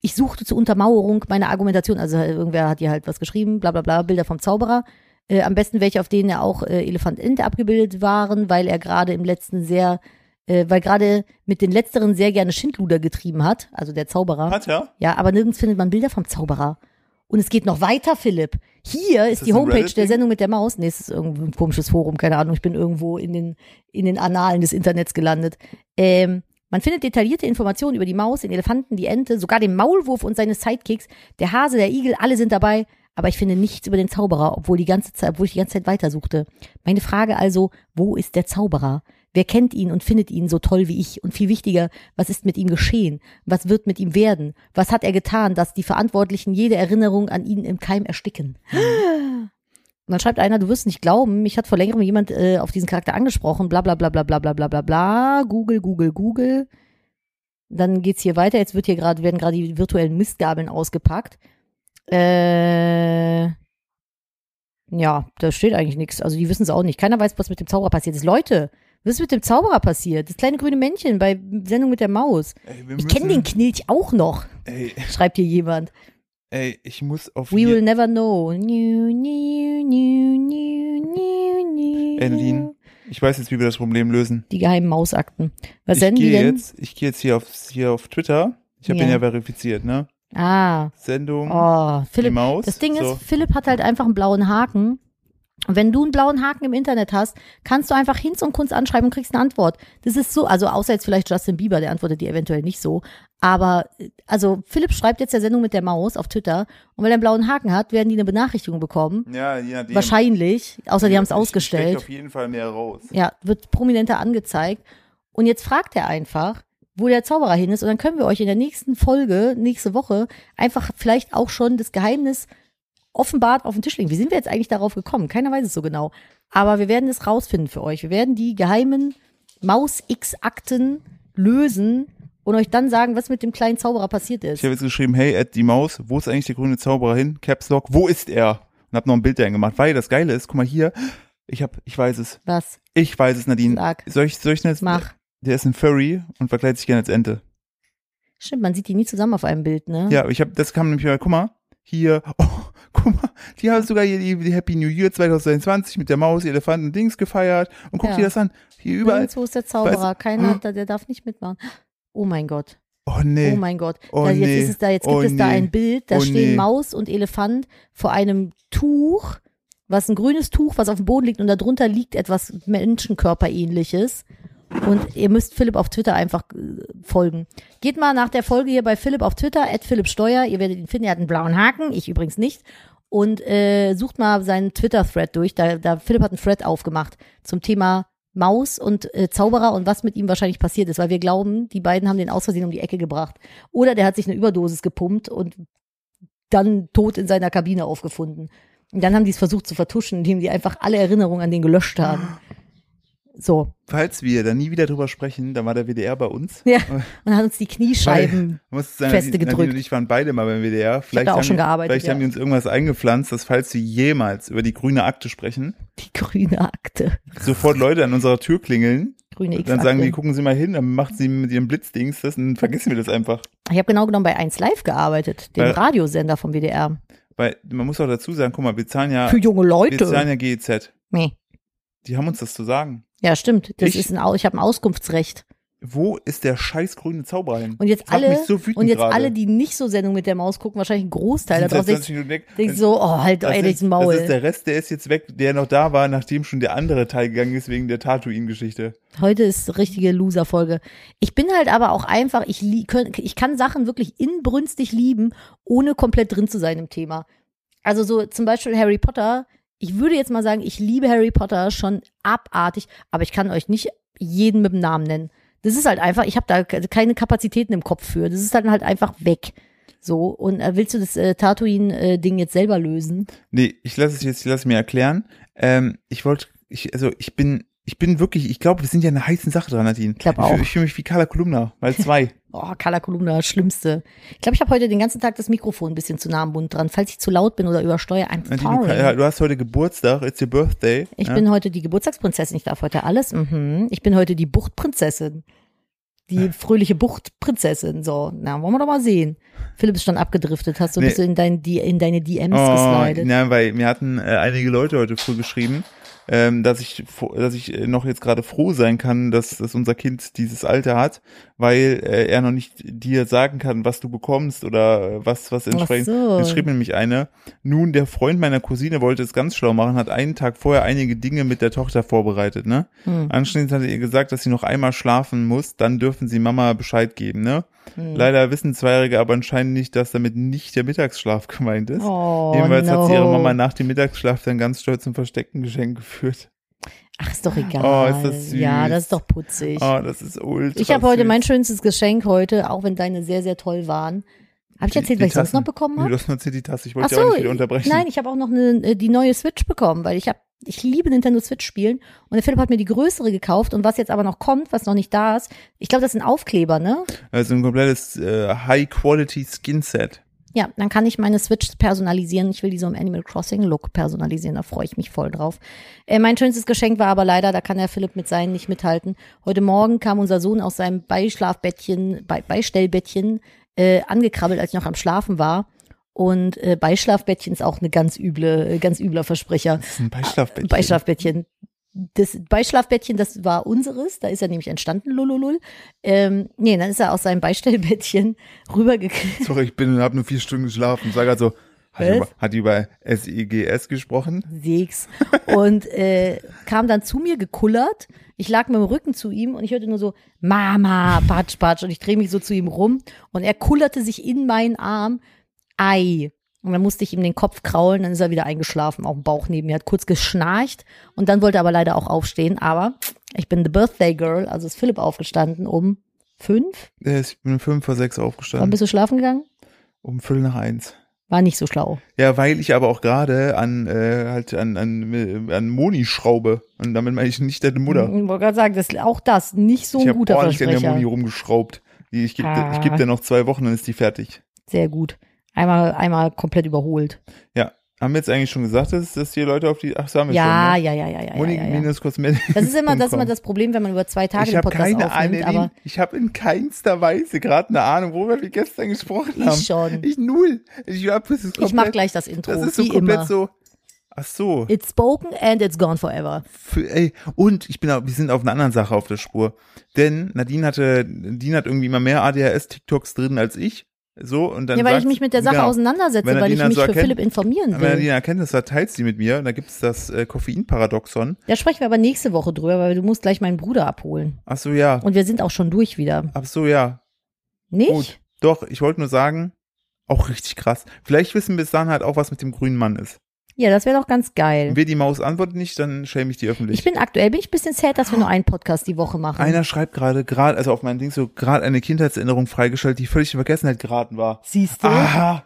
Ich suchte zur Untermauerung meiner Argumentation, also irgendwer hat hier halt was geschrieben, bla bla bla, Bilder vom Zauberer. Äh, am besten welche, auf denen ja auch äh, Elefant Ente abgebildet waren, weil er gerade im letzten sehr, äh, weil gerade mit den letzteren sehr gerne Schindluder getrieben hat, also der Zauberer. Hat ja. Ja, aber nirgends findet man Bilder vom Zauberer. Und es geht noch weiter, Philipp. Hier ist, das die ein Homepage der Reddit-Ding? Sendung mit der Maus. Nee, es ist irgendwie ein komisches Forum, keine Ahnung. Ich bin irgendwo in den, in den Analen des Internets gelandet. Ähm, man findet detaillierte Informationen über die Maus, den Elefanten, die Ente, sogar den Maulwurf und seine Sidekicks. Der Hase, der Igel, alle sind dabei. Aber ich finde nichts über den Zauberer, obwohl, die ganze Zeit, obwohl ich die ganze Zeit weitersuchte. Meine Frage also, wo ist der Zauberer? Wer kennt ihn und findet ihn so toll wie ich? Und viel wichtiger, was ist mit ihm geschehen? Was wird mit ihm werden? Was hat er getan, dass die Verantwortlichen jede Erinnerung an ihn im Keim ersticken? Und dann schreibt einer, du wirst nicht glauben, mich hat vor längerem jemand äh, auf diesen Charakter angesprochen, bla bla bla bla bla bla bla bla bla, Google, Google, Google. Dann geht's hier weiter, jetzt wird hier gerade, werden gerade die virtuellen Mistgabeln ausgepackt. Äh, ja, da steht eigentlich nichts. Also die wissen es auch nicht. Keiner weiß, was mit dem Zauberer passiert ist. Leute, was ist mit dem Zauberer passiert? Das kleine grüne Männchen bei Sendung mit der Maus. Ey, wir Ich kenne den müssen- Knilch auch noch, Ey, schreibt hier jemand. ey, ich muss auf. We je- will never know. New, new, new, new, new, new. Adeline, ich weiß jetzt, wie wir das Problem lösen. Die geheimen Mausakten. Was ich senden die gehe denn? jetzt, ich gehe jetzt hier auf, hier auf Twitter. Ich habe Ja. ihn ja verifiziert, ne? Ah, Sendung, oh, die Philipp. Maus. Das Ding so. ist, Philipp hat halt einfach einen blauen Haken. Und wenn du einen blauen Haken im Internet hast, kannst du einfach Hinz und Kunst anschreiben und kriegst eine Antwort. Das ist so, also außer jetzt vielleicht Justin Bieber, der antwortet dir eventuell nicht so. Aber, äh, also Philipp schreibt jetzt der Sendung mit der Maus auf Twitter. Und weil er einen blauen Haken hat, werden die eine Benachrichtigung bekommen. Ja, je nachdem. Wahrscheinlich, außer die haben es Ich- Ich steck ausgestellt. auf jeden Fall mehr raus. Ja, wird prominenter angezeigt. Und jetzt fragt er einfach, wo der Zauberer hin ist. Und dann können wir euch in der nächsten Folge, nächste Woche, einfach vielleicht auch schon das Geheimnis offenbart auf den Tisch legen. Wie sind wir jetzt eigentlich darauf gekommen? Keiner weiß es so genau. Aber wir werden es rausfinden für euch. Wir werden die geheimen Maus-X-Akten lösen und euch dann sagen, was mit dem kleinen Zauberer passiert Ich ist. habe jetzt geschrieben, hey, Ed, die Maus, wo ist eigentlich der grüne Zauberer hin? Caps Lock, wo ist er? Und habe noch ein Bild dahin gemacht, weil das Geile ist, guck mal hier, ich hab, ich weiß es, Was? ich weiß es, Nadine. Sag. Soll ich, soll ich denn jetzt, Mach. der ist ein Furry und verkleidet sich gerne als Ente. Stimmt, man sieht die nie zusammen auf einem Bild, ne? Ja, ich habe, das kam nämlich, mal, guck mal, hier, oh, guck mal, die haben sogar hier die, die Happy New Year 2022 mit der Maus, Elefanten und Dings gefeiert und guck Ja. dir das an, hier überall. Mhm. Nirgendwo ist der Zauberer. Keiner, hat da- der darf nicht mitmachen. Oh mein Gott. Oh nee, Oh mein Gott. Oh da, jetzt nee. ist es da, jetzt gibt Oh es da nee. ein Bild, da Oh stehen nee. Maus und Elefant vor einem Tuch, was ein grünes Tuch, was auf dem Boden liegt und darunter liegt etwas Menschenkörperähnliches. Und ihr müsst Philipp auf Twitter einfach äh, folgen. Geht mal nach der Folge hier bei Philipp auf Twitter, at Philipp Steuer. Ihr werdet ihn finden, er hat einen blauen Haken, ich übrigens nicht. Und äh, sucht mal seinen Twitter-Thread durch. Da, da Philipp hat einen Thread aufgemacht zum Thema Maus und äh, Zauberer und was mit ihm wahrscheinlich passiert ist, weil wir glauben, die beiden haben den aus Versehen um die Ecke gebracht. Oder der hat sich eine Überdosis gepumpt und dann tot in seiner Kabine aufgefunden. Und dann haben die es versucht zu vertuschen, indem die einfach alle Erinnerungen an den gelöscht haben. So. Falls wir da nie wieder drüber sprechen, dann war der WDR bei uns. Ja. Und hat uns die Kniescheiben. Man muss sagen, Feste Nadine gedrückt. und ich waren beide mal beim WDR. Vielleicht da auch haben schon die, gearbeitet, Vielleicht ja. haben die uns irgendwas eingepflanzt, dass falls wir jemals über die grüne Akte sprechen, Die grüne Akte. sofort Leute an unserer Tür klingeln. Grüne X. Dann sagen die, gucken Sie mal hin, dann macht sie mit ihrem Blitzdings das und dann vergessen wir das einfach. Ich habe genau genommen bei 1 Live gearbeitet, dem Weil- Radiosender vom WDR. Weil man muss auch dazu sagen, guck mal, wir zahlen ja, Für junge wir zahlen Leute. ja GEZ. Nee. Die haben uns das zu sagen. Ja, stimmt. Das Ich- ist ein, Au- ich habe ein Auskunftsrecht. Wo ist der scheiß grüne Zauber hin? Und jetzt Das macht alle, mich so wütend und jetzt gerade. alle, die nicht so Sendung mit der Maus gucken, wahrscheinlich einen Großteil Sind daraus. seit Denkt 20 Minuten weg. denk so, oh, halt Das ey, sind- das Maul. Das ist der Rest, der ist jetzt weg, der noch da war, nachdem schon der andere Teil gegangen ist wegen der Tatooine-Geschichte. Heute ist richtige Loser-Folge. Ich bin halt aber auch einfach, ich, lie- könnt- ich kann Sachen wirklich inbrünstig lieben, ohne komplett drin zu sein im Thema. Also so zum Beispiel Harry Potter. Ich würde jetzt mal sagen, ich liebe Harry Potter schon abartig, aber ich kann euch nicht jeden mit dem Namen nennen. Das ist halt einfach, ich habe da ke- keine Kapazitäten im Kopf für. Das ist dann halt einfach weg. So, und äh, willst du das äh, Tatooine-Ding jetzt selber lösen? Nee, ich lasse es jetzt, ich lasse es mir erklären. Ähm, ich wollte, ich, also ich bin, ich bin wirklich, ich glaube, wir sind ja eine heißen Sache dran, Nadine. glaub Ich, auch. fühl- ich fühle mich wie Carla Kolumna, mal zwei. Oh, Kala Kolumna, schlimmste. Ich glaube, ich habe heute den ganzen Tag das Mikrofon ein bisschen zu nah am Mund dran. Falls ich zu laut bin oder übersteuere, I'm Nadine, du, kann- ja, sorry. du hast heute Geburtstag, it's your birthday. Ich ja. bin heute die Geburtstagsprinzessin, ich darf heute alles. Mhm. Ich bin heute die Buchtprinzessin. Die fröhliche Buchtprinzessin. So, na, wollen wir doch mal sehen. Philipp ist schon abgedriftet. Hast du Nee. bist du in, dein, die, in deine DMs Oh, geslidet? nein, weil mir hatten äh, einige Leute heute früh geschrieben, ähm, dass ich, fro- dass ich äh, noch jetzt gerade froh sein kann, dass, dass unser Kind dieses Alter hat, weil äh, er noch nicht dir sagen kann, was du bekommst oder äh, was was entsprechend. so. Jetzt schrieb mir nämlich eine. Nun, der Freund meiner Cousine wollte es ganz schlau machen, hat einen Tag vorher einige Dinge mit der Tochter vorbereitet, ne? Hm. Anschließend hat er ihr gesagt, dass sie noch einmal schlafen muss, dann dürfen sie Mama Bescheid geben, ne? Hm. Leider wissen Zweijährige aber anscheinend nicht, dass damit nicht der Mittagsschlaf gemeint ist. Oh, Jedenfalls no. hat sie ihre Mama nach dem Mittagsschlaf dann ganz stolz zum versteckten Geschenk geführt. Ach, ist doch egal. Oh, ist das süß. Ja, das ist doch putzig. Oh, das ist ultra. Ich habe heute süß. mein schönstes Geschenk heute, auch wenn deine sehr, sehr toll waren. Habe ich Die- erzählt, die was ich sonst Tassen. noch bekommen Nee, habe? du hast nur erzählt, die Tasse. Ich Ach wollte dich so, auch nicht wieder unterbrechen. nein, ich habe auch noch eine, äh, die neue Switch bekommen, weil ich habe, ich liebe Nintendo Switch spielen und der Philipp hat mir die größere gekauft und was jetzt aber noch kommt, was noch nicht da ist, ich glaube, das sind Aufkleber, ne? Also ein komplettes äh, High-Quality-Skinset. Ja, dann kann ich meine Switch personalisieren. Ich will die so im Animal Crossing Look personalisieren. Da freue ich mich voll drauf. Äh, mein schönstes Geschenk war aber leider, da kann der Philipp mit seinen nicht mithalten. Heute Morgen kam unser Sohn aus seinem Beischlafbettchen, Be Beistellbettchen äh, angekrabbelt, als ich noch am Schlafen war. Und äh, Beischlafbettchen ist auch eine ganz üble, äh, ganz übler Versprecher. Das ist ein Beischlafbettchen. Beischlafbettchen. Das Beischlafbettchen, das war unseres, da ist er nämlich entstanden, lululul. Ähm, nee, dann ist er aus seinem Beistellbettchen rübergekriegt. Sorry, ich bin und habe nur vier Stunden geschlafen. Sag also, hat die Was? über, hat die über SIGS gesprochen? Segs. Und äh, kam dann zu mir gekullert. Ich lag mit dem Rücken zu ihm und ich hörte nur so, Mama, patsch, patsch. Und ich drehe mich so zu ihm rum. Und er kullerte sich in meinen Arm. Ei. Und dann musste ich ihm den Kopf kraulen, dann ist er wieder eingeschlafen, auf dem Bauch neben mir, hat kurz geschnarcht und dann wollte er aber leider auch aufstehen. Aber ich bin the Birthday Girl, also ist Philipp aufgestanden um fünf. Äh, Ich bin um fünf vor sechs Wann aufgestanden. bist du schlafen gegangen? Um Viertel nach eins. War nicht so schlau. Ja, weil ich aber auch gerade an äh, halt an an, an Moni schraube und damit meine ich nicht deine Mutter. Ich wollte gerade sagen, das, auch das, nicht so ich ein habe guter ordentlich an der Moni Versprecher. rumgeschraubt. Die- Ich gebe Ah. ich geb dir noch zwei Wochen, dann ist die fertig. Sehr gut. Einmal, einmal komplett überholt. Ja, haben wir jetzt eigentlich schon gesagt, dass, dass die Leute auf die ach, das haben wir Ja, schon. ja, ja, ja, ja, Ne? Moni ja, ja, ja. minus Kosmetik. Das ist immer das, ist immer das Problem, wenn man über zwei Tage Ich den habe Podcast keine aufnimmt, Ahnung. aber ich habe in keinster Weise gerade eine Ahnung, worüber wir gestern gesprochen haben. ich schon. Ich, Ähm, Ich null. Ich hab das ist komplett, mach gleich das Intro, Das ist so wie komplett immer. so. Ach so. It's spoken and it's gone forever. Für, ey, und ich bin, au- wir sind auf einer anderen Sache auf der Spur. Denn Nadine hatte, Nadine hat irgendwie immer mehr ADHS-TikToks drin als ich. So, und dann. ja, weil ich sagt- mich mit der Sache genau. auseinandersetze, Wenn er weil die ich dann mich so für erkennt- Philipp informieren Wenn Nadine will. erkennt das, hat, teilt sie mit mir. Und da gibt's das äh, Koffeinparadoxon. Da sprechen wir aber nächste Woche drüber, weil du musst gleich meinen Bruder abholen. Ach so, ja. Und wir sind auch schon durch wieder. Ach so, ja. Nicht? Gut. Doch, ich wollte nur sagen, auch richtig krass. Vielleicht wissen bis dann halt auch, was mit dem grünen Mann ist. Ja, das wäre doch ganz geil. Wenn wir die Maus antwortet nicht, dann schäme ich die öffentlich. Ich bin aktuell, bin ich ein bisschen sad, dass wir nur einen Podcast die Woche machen. Einer schreibt gerade, gerade, also auf meinem Ding so, gerade eine Kindheitserinnerung freigeschaltet, die völlig in Vergessenheit geraten war. Siehst du? Aha.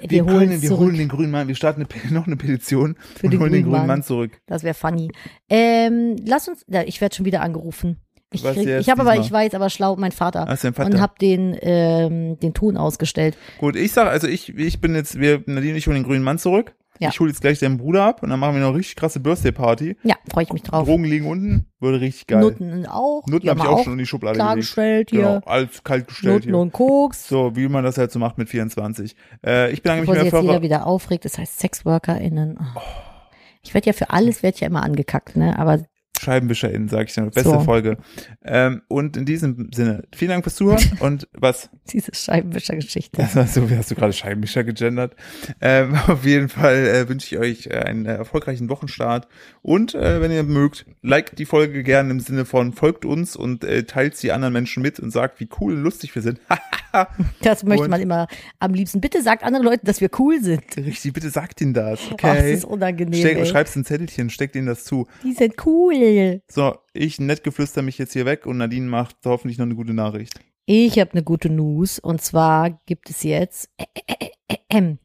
Wir, Wir, holen können, wir zurück. holen den grünen Mann, wir starten eine, Pe- noch eine Petition Für und den holen den grünen grünen Mann, Mann zurück. Das wäre funny. Ähm, lass uns, ja, ich werde schon wieder angerufen. Ich, Was krieg, jetzt ich habe aber, diesmal? ich war jetzt aber schlau, mein Vater. Ach, ist dein Vater. Und habe den, ähm, den Ton ausgestellt. Gut, ich sag, also ich, ich bin jetzt, wir, Nadine, ich hole den grünen Mann zurück. Ja. Ich hole jetzt gleich deinen Bruder ab und dann machen wir noch eine richtig krasse Birthday-Party. Ja, freue ich mich drauf. Drogen liegen unten, würde richtig geil. Nutten auch. Nutten die habe ich haben wir auch schon in die Schublade gelegt. klargestellt Genau, hier. alles kalt gestellt Nutten hier. und Koks. So, wie man das halt so macht mit 24. Äh, ich bedanke mich Bevor bei sich der jetzt jeder Firma. wieder aufregt, das heißt SexworkerInnen. Oh. Ich werde ja für alles, werde ich ja immer angekackt, ne? Aber ScheibenwischerInnen, sage ich dann. Beste So. Folge. Ähm, und in diesem Sinne, vielen Dank fürs Zuhören und was? diese Scheibenwischer-Geschichte. Das war so, wie hast du gerade Scheibenwischer gegendert. Ähm, auf jeden Fall äh, wünsche ich euch äh, einen äh, erfolgreichen Wochenstart. Und äh, wenn ihr mögt, liked die Folge gerne im Sinne von folgt uns und äh, teilt sie anderen Menschen mit und sagt, wie cool und lustig wir sind. Das möchte Und- man immer am liebsten. Bitte sagt anderen Leuten, dass wir cool sind. Richtig, bitte sagt ihnen das. Oh, das Okay. ist unangenehm. Steck, ey. schreib's ein Zettelchen, steckt ihnen das zu. Die sind cool. So, ich nett geflüster mich jetzt hier weg und Nadine macht hoffentlich noch eine gute Nachricht. Ich habe eine gute News und zwar gibt es jetzt äh, äh, äh, äh, ähm,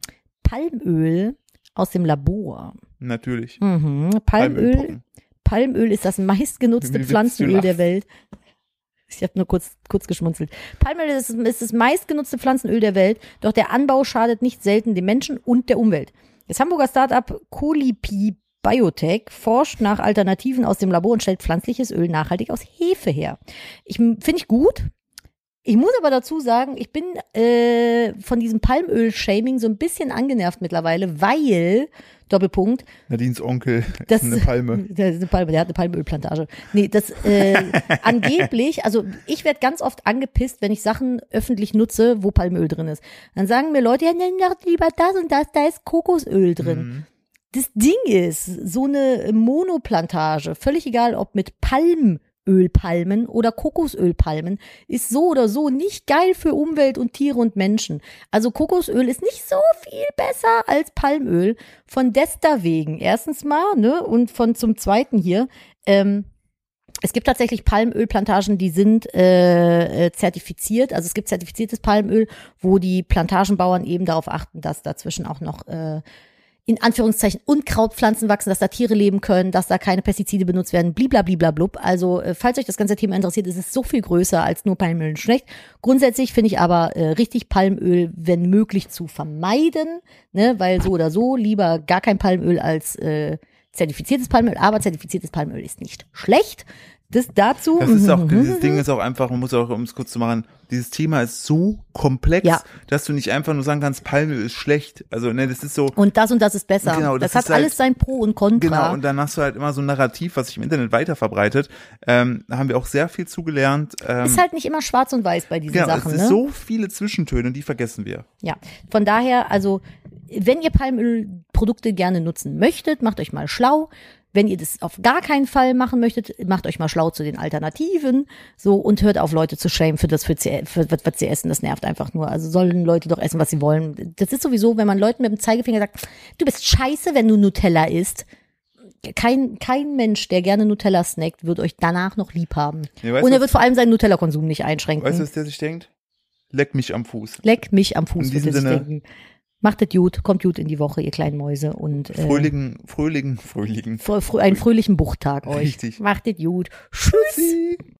Palmöl aus dem Labor. Natürlich. Mhm. Palmöl, Palmölpoppen. Palmöl ist das Wie meistgenutzte willst du Pflanzenöl lachen? der Welt. Ich habe nur kurz, kurz geschmunzelt. Palmöl ist, ist das meistgenutzte Pflanzenöl der Welt, doch der Anbau schadet nicht selten dem Menschen und der Umwelt. Das Hamburger Startup Colipi Biotech forscht nach Alternativen aus dem Labor und stellt pflanzliches Öl nachhaltig aus Hefe her. Ich finde ich gut. Ich muss aber dazu sagen, ich bin äh, von diesem Palmöl-Shaming so ein bisschen angenervt mittlerweile, weil Doppelpunkt Nadines Onkel Das- ist eine Palme. der, ist eine Palme, der hat eine Palmölplantage. Nee, das äh, angeblich, also ich werde ganz oft angepisst, wenn ich Sachen öffentlich nutze, wo Palmöl drin ist. Dann sagen mir Leute, ja, nimm doch lieber das und das, da ist Kokosöl drin. Mhm. Das Ding ist, so eine Monoplantage, völlig egal ob mit Palmölpalmen oder Kokosölpalmen, ist so oder so nicht geil für Umwelt und Tiere und Menschen. Also Kokosöl ist nicht so viel besser als Palmöl. Von dester wegen. Erstens mal, ne? Und von zum zweiten hier. Ähm, es gibt tatsächlich Palmölplantagen, die sind äh, äh, zertifiziert. Also es gibt zertifiziertes Palmöl, wo die Plantagenbauern eben darauf achten, dass dazwischen auch noch äh, in Anführungszeichen Unkrautpflanzen wachsen, dass da Tiere leben können, dass da keine Pestizide benutzt werden, bliblabliblablub. Also, äh, falls euch das ganze Thema interessiert, ist es so viel größer als nur Palmöl und schlecht. Grundsätzlich finde ich aber äh, richtig Palmöl, wenn möglich, zu vermeiden, ne? weil so oder so lieber gar kein Palmöl als äh, zertifiziertes Palmöl, aber zertifiziertes Palmöl ist nicht schlecht. Das dazu. Das ist auch, Mhm. dieses Ding ist auch einfach, man muss auch, um es kurz zu machen, dieses Thema ist so komplex, Ja. dass du nicht einfach nur sagen kannst, Palmöl ist schlecht. Also, ne, das ist so, Und das und das ist besser. Genau, das, das hat ist halt- alles sein Pro und Contra. genau, und dann hast du halt immer so ein Narrativ, was sich im Internet weiterverbreitet. Ähm, da haben wir auch sehr viel zugelernt. Ähm, ist halt nicht immer schwarz und weiß bei diesen genau, Sachen. es ist ne? so viele Zwischentöne, die vergessen wir. Ja, von daher, also wenn ihr Palmölprodukte gerne nutzen möchtet, macht euch mal schlau. Wenn ihr das auf gar keinen Fall machen möchtet, macht euch mal schlau zu den Alternativen, so und hört auf Leute zu schämen für das, für, sie- für was, was sie essen. Das nervt einfach nur. Also sollen Leute doch essen, was sie wollen. Das ist sowieso, wenn man Leuten mit dem Zeigefinger sagt, du bist scheiße, wenn du Nutella isst. Kein, kein Mensch, der gerne Nutella snackt, wird euch danach noch lieb haben. Ja, weißt und du, er wird vor allem seinen Nutella-Konsum nicht einschränken. Weißt du, was der sich denkt? Leck mich am Fuß. Leck mich am In Fuß, diesem würde ich Sinne. denken. Macht es gut, kommt gut in die Woche, ihr kleinen Mäuse. Und äh, Fröhlichen, fröhlichen, fröhlichen. fr- fr- einen fröhlichen Buchttag euch. Richtig. Macht es gut. Tschüss. Tschüssi.